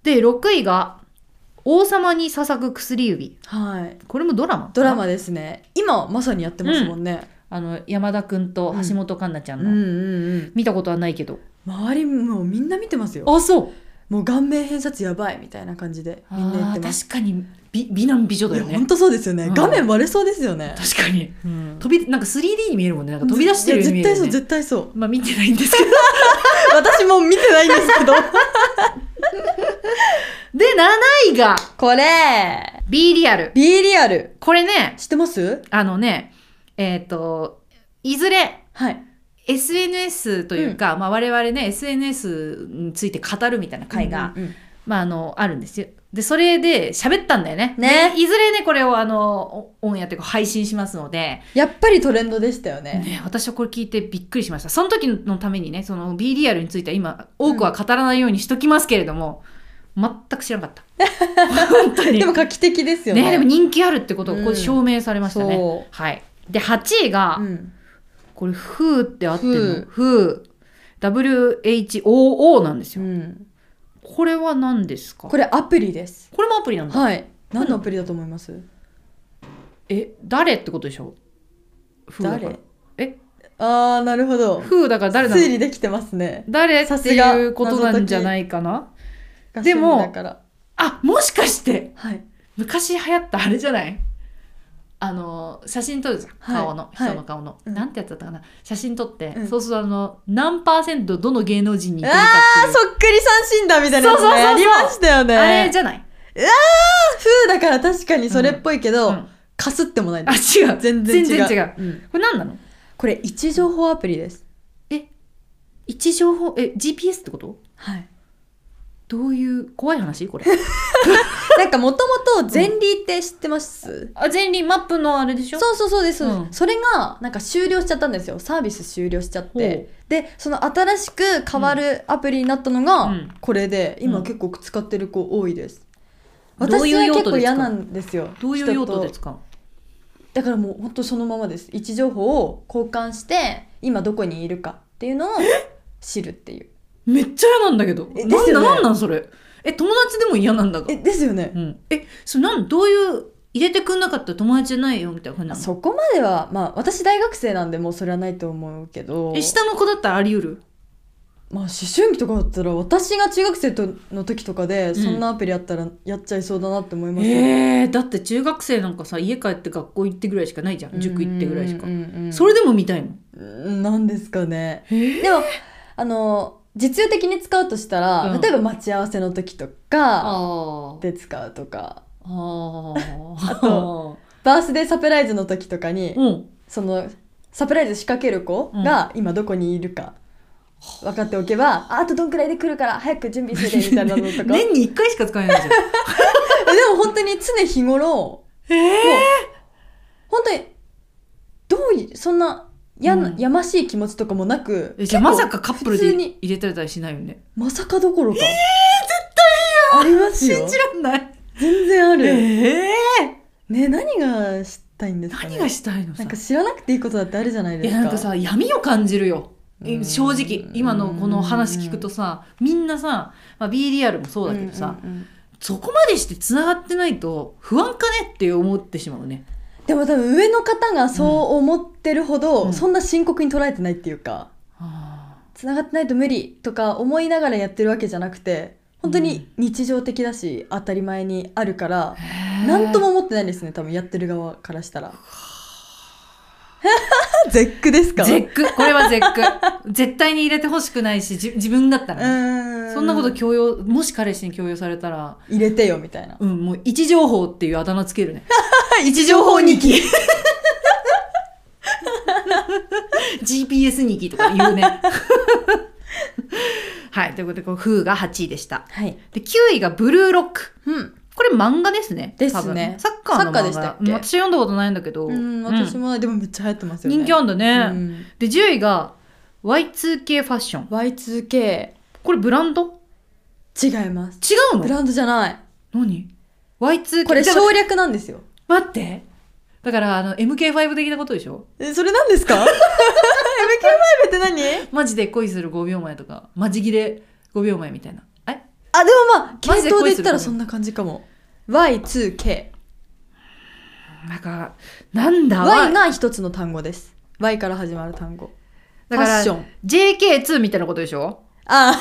[SPEAKER 1] で6位が「王様に捧ぐ薬指
[SPEAKER 2] はい」
[SPEAKER 1] これもドラマ
[SPEAKER 2] ドラマですね今まさにやってますもんね、
[SPEAKER 1] あの山田君と橋本環奈ちゃ
[SPEAKER 2] うんん、
[SPEAKER 1] の、
[SPEAKER 2] うんうん
[SPEAKER 1] 見たことはないけど
[SPEAKER 2] 周りもうみんな見てますよ
[SPEAKER 1] あそう
[SPEAKER 2] もう顔面偏差値やばいみたいな感じでみんな言ってます
[SPEAKER 1] 確かに美美男美女だよ
[SPEAKER 2] いや本
[SPEAKER 1] ね
[SPEAKER 2] 当そうですよね、
[SPEAKER 1] うん
[SPEAKER 2] 画面割れそうですよね、
[SPEAKER 1] 確かに
[SPEAKER 2] うん
[SPEAKER 1] 飛びなんか 3D に見えるもんねなんか飛び出してるように見え
[SPEAKER 2] い
[SPEAKER 1] る
[SPEAKER 2] や
[SPEAKER 1] よね
[SPEAKER 2] 絶対そう絶対そう
[SPEAKER 1] まあ見てないんですけど
[SPEAKER 2] 私も見てないんですけ
[SPEAKER 1] <laughs>
[SPEAKER 2] ど
[SPEAKER 1] で7位が
[SPEAKER 2] これ
[SPEAKER 1] B リアル
[SPEAKER 2] B リアル
[SPEAKER 1] これね
[SPEAKER 2] 知ってます
[SPEAKER 1] あのねえっ、といずれ
[SPEAKER 2] はい、
[SPEAKER 1] SNS というか、まあ、我々ね SNS について語るみたいな回が、
[SPEAKER 2] うんうんうん
[SPEAKER 1] まあ、あのあるんですよ。でそれで喋ったんだよね。
[SPEAKER 2] ね
[SPEAKER 1] でいずれねこれをあのオオンエアというか配信しますので、
[SPEAKER 2] やっぱりトレンドでしたよね
[SPEAKER 1] ね、私はこれ聞いてびっくりしました。その時のためにねその B リアルについては今多くは語らないようにしときますけれども、全く知ら
[SPEAKER 2] <laughs>
[SPEAKER 1] なかった。本当に
[SPEAKER 2] でも画期的ですよね
[SPEAKER 1] ね、でも人気あるってことがこ
[SPEAKER 2] う
[SPEAKER 1] れ
[SPEAKER 2] ん
[SPEAKER 1] 証明されましたね。
[SPEAKER 2] そう
[SPEAKER 1] はい、で8位が、
[SPEAKER 2] うん
[SPEAKER 1] これ「フー」ってあってんの
[SPEAKER 2] 風
[SPEAKER 1] 「フー」WHOO なんです
[SPEAKER 2] う
[SPEAKER 1] よ。
[SPEAKER 2] ん、
[SPEAKER 1] これは何ですか
[SPEAKER 2] これアプリです
[SPEAKER 1] これもアプリなんだ。
[SPEAKER 2] はい何のアプリだと思います
[SPEAKER 1] え誰ってことでしょフーだから
[SPEAKER 2] 誰
[SPEAKER 1] え
[SPEAKER 2] あーなるほど
[SPEAKER 1] フーだから誰な
[SPEAKER 2] 推
[SPEAKER 1] の
[SPEAKER 2] 理できてますね
[SPEAKER 1] 誰っ
[SPEAKER 2] さ
[SPEAKER 1] て
[SPEAKER 2] すが
[SPEAKER 1] いうことなんじゃないかな
[SPEAKER 2] が
[SPEAKER 1] でも
[SPEAKER 2] 趣味だから
[SPEAKER 1] あもしかして
[SPEAKER 2] はい
[SPEAKER 1] 昔流行ったあれじゃないあの写真撮るじゃん
[SPEAKER 2] はい
[SPEAKER 1] 顔の、
[SPEAKER 2] はい
[SPEAKER 1] 人の顔の、
[SPEAKER 2] うん
[SPEAKER 1] なんてやつだったかな写真撮って、
[SPEAKER 2] うん
[SPEAKER 1] そうするとあの何パーセントどの芸能人に似てるか
[SPEAKER 2] あー
[SPEAKER 1] っていう
[SPEAKER 2] そっくり三振だみたいなやつね
[SPEAKER 1] そうそうそうそう
[SPEAKER 2] ありましたよね
[SPEAKER 1] あれじゃない、
[SPEAKER 2] 風だから確かにそれっぽいけど、
[SPEAKER 1] うん
[SPEAKER 2] かすってもない
[SPEAKER 1] あ
[SPEAKER 2] です
[SPEAKER 1] 違う
[SPEAKER 2] 全然違う
[SPEAKER 1] 全然違う
[SPEAKER 2] うん
[SPEAKER 1] これ何なの
[SPEAKER 2] これ位置情報アプリです
[SPEAKER 1] 位置情報え GPS ってこと <laughs>
[SPEAKER 2] はい
[SPEAKER 1] どういう怖い話これ
[SPEAKER 2] なんかもともと前輪って知ってます、
[SPEAKER 1] <laughs> あ前輪マップのあれでしょ
[SPEAKER 2] そうそうそうです、
[SPEAKER 1] うん
[SPEAKER 2] それがなんか終了しちゃったんですよサービス終了しちゃっ
[SPEAKER 1] ほう
[SPEAKER 2] てでその新しく変わるアプリになったの
[SPEAKER 1] う
[SPEAKER 2] が
[SPEAKER 1] ん
[SPEAKER 2] これで、
[SPEAKER 1] う
[SPEAKER 2] 今
[SPEAKER 1] ん
[SPEAKER 2] 結構使ってる子多いです
[SPEAKER 1] どう
[SPEAKER 2] 私
[SPEAKER 1] いう
[SPEAKER 2] は
[SPEAKER 1] 用
[SPEAKER 2] 結
[SPEAKER 1] 途で使う
[SPEAKER 2] 構嫌なんですよ
[SPEAKER 1] どういう用途で
[SPEAKER 2] 人と
[SPEAKER 1] 使うの
[SPEAKER 2] だからもう本当そのままです位置情報を交換して今どこにいるかっていうのを知るっていう
[SPEAKER 1] めっちゃ嫌なんだけど
[SPEAKER 2] え
[SPEAKER 1] なん
[SPEAKER 2] です
[SPEAKER 1] だ
[SPEAKER 2] よね
[SPEAKER 1] なんなんそれえ友達でも嫌なんだが
[SPEAKER 2] えですよね
[SPEAKER 1] うん、えそれなんどういう入れてくんなかったら友達じゃないよみたいな感じなの
[SPEAKER 2] そこまではまあ私大学生なんでもうそれはないと思うけど
[SPEAKER 1] え下の子だったらあり得る
[SPEAKER 2] まあ思春期とかだったら私が中学生との時とかでそんなアプリあったらやっちゃいそうだなって思いますよ、
[SPEAKER 1] えー、だって中学生なんかさ家帰って学校行ってぐらいしかないじゃん塾行ってぐらいしか
[SPEAKER 2] うんうんうん
[SPEAKER 1] それでも見たいもん
[SPEAKER 2] うんなんですかね
[SPEAKER 1] え
[SPEAKER 2] でもあの実用的に使うとしたら、
[SPEAKER 1] うん
[SPEAKER 2] 例えば待ち合わせの時とか
[SPEAKER 1] あー
[SPEAKER 2] で使うとか
[SPEAKER 1] あ
[SPEAKER 2] あ
[SPEAKER 1] と
[SPEAKER 2] とバースデーサプライズの時とかに、
[SPEAKER 1] うん
[SPEAKER 2] そのサプライズ仕掛ける子が今どこにいるか分かっておけば、ああとどんくらいで来るから早く準備してねみたいな
[SPEAKER 1] <laughs>
[SPEAKER 2] のとか、
[SPEAKER 1] 年に一回しか使えないじゃ
[SPEAKER 2] <laughs>
[SPEAKER 1] ん
[SPEAKER 2] でも本当に常日頃、
[SPEAKER 1] え
[SPEAKER 2] もう本当にどういそんなや,、
[SPEAKER 1] うん
[SPEAKER 2] やましい気持ちとかもなく
[SPEAKER 1] えじゃあまさかカップル
[SPEAKER 2] 普
[SPEAKER 1] で
[SPEAKER 2] 通に
[SPEAKER 1] 入れてたりしないよね
[SPEAKER 2] まさかどころかえー、絶対嫌ありますよ
[SPEAKER 1] らんない
[SPEAKER 2] 全然ある、
[SPEAKER 1] ええ
[SPEAKER 2] ね何がしたいんですか、ね、
[SPEAKER 1] 何がしたいのさ
[SPEAKER 2] なんか知らなくていいことだってあるじゃない
[SPEAKER 1] い
[SPEAKER 2] です
[SPEAKER 1] や
[SPEAKER 2] か
[SPEAKER 1] なんかさ闇を感じるよえ
[SPEAKER 2] うん
[SPEAKER 1] 正直今のこの話聞くとさみんなさ、まあ、B リアルもそうだけどさ、
[SPEAKER 2] うんうんうん
[SPEAKER 1] そこまでしてつながってないと不安かねって思ってしまうね
[SPEAKER 2] でも多分上の方がそう思ってるほど、
[SPEAKER 1] うん
[SPEAKER 2] そんな深刻に捉えてないっていうか
[SPEAKER 1] あ
[SPEAKER 2] 繋がってないと無理とか思いながらやってるわけじゃなくて本当に日常的だし、当たり前にあるから
[SPEAKER 1] ー
[SPEAKER 2] 何とも思ってないですね多分やってる側からしたら <laughs> 絶句ですか
[SPEAKER 1] 絶句これは絶句 <laughs> 絶対に入れてほしくないしじ自分だった
[SPEAKER 2] う
[SPEAKER 1] らね、
[SPEAKER 2] ーん
[SPEAKER 1] そんなこと強要もし彼氏に強要されたら
[SPEAKER 2] 入れてよみた
[SPEAKER 1] <laughs>
[SPEAKER 2] いな
[SPEAKER 1] うんもう位置情報っていうあだ名つけ
[SPEAKER 2] <laughs>
[SPEAKER 1] るね
[SPEAKER 2] 位置
[SPEAKER 1] 情報日 <laughs> 記 GPS 日記とか言うね <laughs> はいということでこうフーが8位でした
[SPEAKER 2] はい、
[SPEAKER 1] で9位がブルーロック
[SPEAKER 2] うん、
[SPEAKER 1] これ漫画ですね
[SPEAKER 2] です
[SPEAKER 1] 多分
[SPEAKER 2] ね
[SPEAKER 1] サッカーの漫
[SPEAKER 2] サッカ
[SPEAKER 1] 画
[SPEAKER 2] ーでしたっけ
[SPEAKER 1] うん私読んだことないんだけど、
[SPEAKER 2] うん私
[SPEAKER 1] も、
[SPEAKER 2] も、でもめっちゃ流行ってますよね
[SPEAKER 1] 人気あんだね、
[SPEAKER 2] うん
[SPEAKER 1] で10位が Y2K ファッション
[SPEAKER 2] Y2K
[SPEAKER 1] これブランド違
[SPEAKER 2] 違います
[SPEAKER 1] う
[SPEAKER 2] ブ
[SPEAKER 1] の
[SPEAKER 2] ランドじゃない
[SPEAKER 1] 何 ?Y2K
[SPEAKER 2] これ
[SPEAKER 1] じゃあ
[SPEAKER 2] 省略なんですよ
[SPEAKER 1] 待ってだからあの MK5 的なことでしょ
[SPEAKER 2] <laughs> え、それなんですか ?MK5 って何
[SPEAKER 1] マジで恋する5秒前とかマジギレ5秒前みたいなえ
[SPEAKER 2] あ、でもまあ、
[SPEAKER 1] マジ
[SPEAKER 2] 系
[SPEAKER 1] で恋する
[SPEAKER 2] 統で言ったらそんな感じかも。Y2K。
[SPEAKER 1] なんかなんだ
[SPEAKER 2] Y が一つの単語です。Y から始まる単語。
[SPEAKER 1] だか
[SPEAKER 2] ファ
[SPEAKER 1] ら
[SPEAKER 2] ッション
[SPEAKER 1] JK2 みたいなことでしょ
[SPEAKER 2] <laughs> ああ、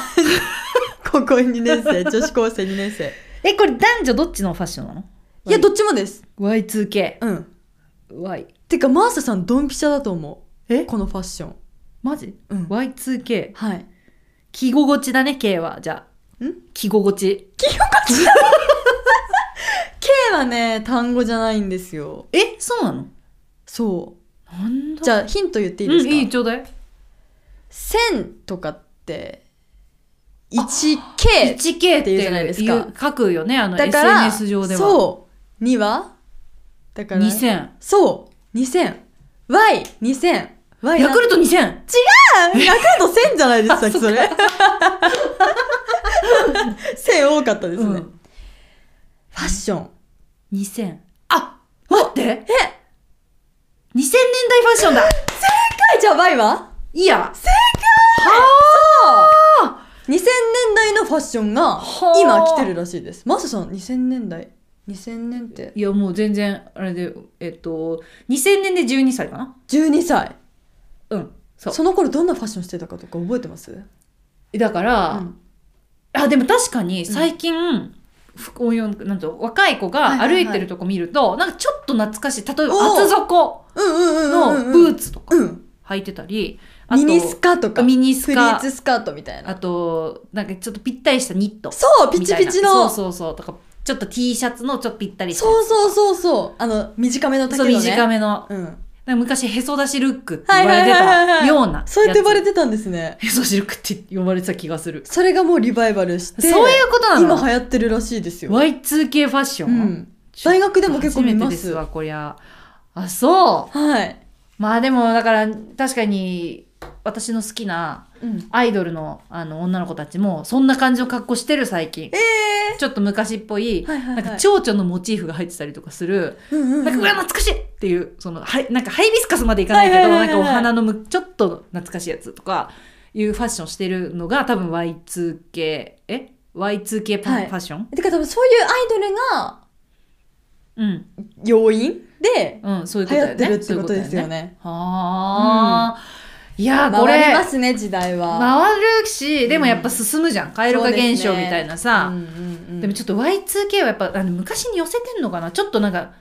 [SPEAKER 2] 高校2年生、女子高生2年生。 <laughs>
[SPEAKER 1] えこれ男女どっちのファッションなの
[SPEAKER 2] いや、どっちもです。
[SPEAKER 1] Y2K。
[SPEAKER 2] うん。
[SPEAKER 1] Y。
[SPEAKER 2] てか、マーサさん、ドンピシャだと思う。
[SPEAKER 1] え
[SPEAKER 2] このファッション。
[SPEAKER 1] マジ
[SPEAKER 2] うん。
[SPEAKER 1] ?Y2K。
[SPEAKER 2] はい。
[SPEAKER 1] 着心地だね、K は。じゃあ。
[SPEAKER 2] ん
[SPEAKER 1] 着心地。
[SPEAKER 2] K はね、単語じゃないんですよ。
[SPEAKER 1] えそうなの
[SPEAKER 2] そ
[SPEAKER 1] なん
[SPEAKER 2] う。じ
[SPEAKER 1] ゃ
[SPEAKER 2] ゃあ、ヒント言って
[SPEAKER 1] い
[SPEAKER 2] いいですか、
[SPEAKER 1] いい、ちょうだい。
[SPEAKER 2] 線とかって、1K。
[SPEAKER 1] 1K っ
[SPEAKER 2] って
[SPEAKER 1] て
[SPEAKER 2] い
[SPEAKER 1] いうう
[SPEAKER 2] じゃないですか
[SPEAKER 1] 書くよね、あの
[SPEAKER 2] だから、
[SPEAKER 1] SNS 上では。
[SPEAKER 2] そう。2はだから、
[SPEAKER 1] 2000。
[SPEAKER 2] そう。2000。Y、2000。Y
[SPEAKER 1] ヤクルト2000。
[SPEAKER 2] ト、ヤクルト1000じゃないです
[SPEAKER 1] <laughs>
[SPEAKER 2] か、さっきそれ。1000多かったですね。
[SPEAKER 1] う
[SPEAKER 2] フ
[SPEAKER 1] ん
[SPEAKER 2] ァッション。
[SPEAKER 1] 2000。あ待ってえ !2000 年代ファッションだ
[SPEAKER 2] はい、じゃあ Y はい
[SPEAKER 1] や
[SPEAKER 2] 2000年代のファッションが
[SPEAKER 1] はあ
[SPEAKER 2] 今来てるらしいです。マサさん2000年代 ?2000 年って
[SPEAKER 1] いや、もう全然、あれで、えっと、2000年で12歳かな
[SPEAKER 2] 12歳
[SPEAKER 1] うん。そ。
[SPEAKER 2] そうの頃どんなファッションしてたかとか覚えてます
[SPEAKER 1] だから、
[SPEAKER 2] うん
[SPEAKER 1] あ、でも確かに最近、ふこういうなんと若い子が歩いてるとこ見ると、なんかちょっと懐かしい例えば
[SPEAKER 2] おう
[SPEAKER 1] 厚底
[SPEAKER 2] うん
[SPEAKER 1] の
[SPEAKER 2] うんうんうん
[SPEAKER 1] ブーツとか
[SPEAKER 2] うん
[SPEAKER 1] 履いてたり、あ
[SPEAKER 2] ミ
[SPEAKER 1] と
[SPEAKER 2] ニスカとか
[SPEAKER 1] ミニスカ
[SPEAKER 2] プリーツスカートみたい
[SPEAKER 1] あ
[SPEAKER 2] な
[SPEAKER 1] となんかちょっとぴったりしたニット
[SPEAKER 2] そうピ
[SPEAKER 1] み
[SPEAKER 2] チ
[SPEAKER 1] たい
[SPEAKER 2] ピ
[SPEAKER 1] な
[SPEAKER 2] チの
[SPEAKER 1] そうそうそうとかちょっと T シャツのちょっとぴったりした
[SPEAKER 2] そうそうそうそうあの短めの丈
[SPEAKER 1] そ
[SPEAKER 2] の
[SPEAKER 1] う
[SPEAKER 2] ね
[SPEAKER 1] 短めの
[SPEAKER 2] うん
[SPEAKER 1] なんか昔へそ出しルックって言われて
[SPEAKER 2] はいはいはいは
[SPEAKER 1] た
[SPEAKER 2] い
[SPEAKER 1] ような
[SPEAKER 2] そうやって呼ばれ
[SPEAKER 1] て
[SPEAKER 2] てたんですね
[SPEAKER 1] へそ出しルックって呼ばれてた気がする
[SPEAKER 2] それがもうリバイバルして
[SPEAKER 1] そういうことなの
[SPEAKER 2] 今流行ってるらしいですよ
[SPEAKER 1] Y2K ファッショ
[SPEAKER 2] う
[SPEAKER 1] ン、
[SPEAKER 2] ん大学でも結構見ま
[SPEAKER 1] 初めてです
[SPEAKER 2] す
[SPEAKER 1] わこりゃあそう
[SPEAKER 2] はい
[SPEAKER 1] まあでもだから確かに私の好きな
[SPEAKER 2] うん
[SPEAKER 1] アイドルのあの女の子たちもそんな感じの格好してる最近
[SPEAKER 2] ええ
[SPEAKER 1] ちょっと昔っぽい、
[SPEAKER 2] はいはいはい
[SPEAKER 1] なんか蝶々のモチーフが入ってたりとかする、
[SPEAKER 2] ーうんうんうん
[SPEAKER 1] なんかうわ懐かしいっていうそのはいなんかハイビスカスまでいかないけど、
[SPEAKER 2] はいはいはいはい
[SPEAKER 1] なんかお花のむちょっと懐かしいやつとかいうファッションしてるのが多分 Y2K え Y2K パン、
[SPEAKER 2] はい
[SPEAKER 1] ファッション
[SPEAKER 2] てか多分そういうアイドルが
[SPEAKER 1] うん、
[SPEAKER 2] 要因で
[SPEAKER 1] うん、そういうこ
[SPEAKER 2] 流
[SPEAKER 1] と
[SPEAKER 2] 行
[SPEAKER 1] だよ
[SPEAKER 2] って
[SPEAKER 1] ね
[SPEAKER 2] るってことですよね。
[SPEAKER 1] はあ、いやこれ
[SPEAKER 2] 回りますね時代は。
[SPEAKER 1] 回るしでもやっぱ進むじゃん蛙化現象みたいなさ、
[SPEAKER 2] うんうんうん
[SPEAKER 1] でもちょっと Y2K はやっぱあの昔に寄せてんのかなちょっとなんか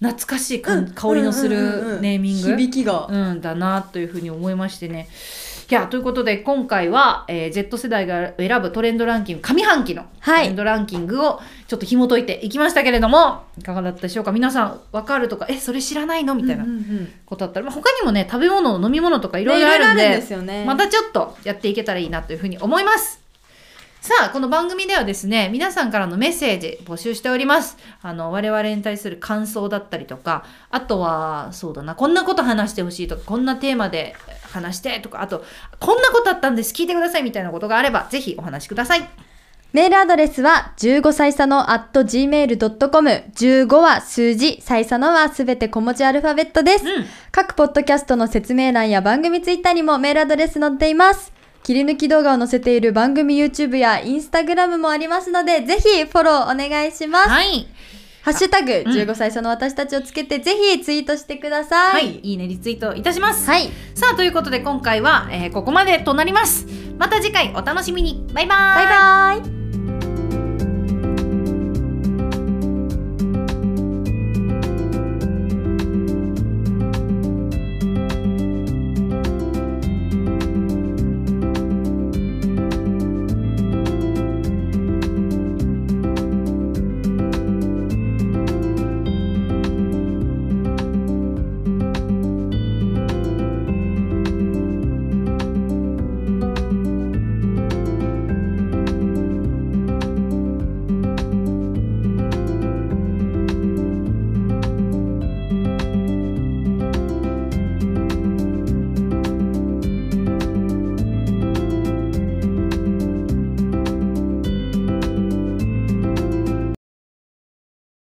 [SPEAKER 1] 懐かしいかん、
[SPEAKER 2] うん
[SPEAKER 1] 香りのす
[SPEAKER 2] うんうんうんう
[SPEAKER 1] る
[SPEAKER 2] ん
[SPEAKER 1] ネーミング、うん
[SPEAKER 2] 響きが、
[SPEAKER 1] だなというふうに思いましてね。いやということで今回は、えー Z 世代が選ぶトレンドランキング上半期のト
[SPEAKER 2] はい
[SPEAKER 1] レンドランキングをちょっと紐解いていきましたけれども、い、かがだったでしょうか皆さん分かるとかえそれ知らないのみたいな
[SPEAKER 2] うんうんうん
[SPEAKER 1] ことだったら、まあ、他にもね食べ物飲み物とかいろいろ
[SPEAKER 2] ね
[SPEAKER 1] あるんで
[SPEAKER 2] ですよね。
[SPEAKER 1] またちょっとやっていけたらいいなというふうに思います。さあ、この番組ではですね、皆さんからのメッセージ募集しております。あの、我々に対する感想だったりとか、あとは、そうだな、こんなこと話してほしいとか、こんなテーマで話してとか、あと、こんなことあったんです、聞いてくださいみたいなことがあれば、ぜひお話しください。
[SPEAKER 2] メールアドレスは15歳差の at gmail.com 15は数字、歳差のはすべて小文字アルファベットです、
[SPEAKER 1] うん
[SPEAKER 2] 各ポッドキャストの説明欄や番組ツイッターにもメールアドレス載っています切り抜き動画を載せている番組 YouTube や Instagram もありますのでぜひフォローお願いします、
[SPEAKER 1] はい。
[SPEAKER 2] ハッシュタグ
[SPEAKER 1] ん
[SPEAKER 2] 15歳差の私たちをつけてぜひツイートしてくださ
[SPEAKER 1] はいい。いいね、リツイートいたします。
[SPEAKER 2] はい、
[SPEAKER 1] さあ、ということで今回は、えーここまでとなります。また次回お楽しみに。バイバー
[SPEAKER 2] バ
[SPEAKER 1] イ。
[SPEAKER 2] イバイ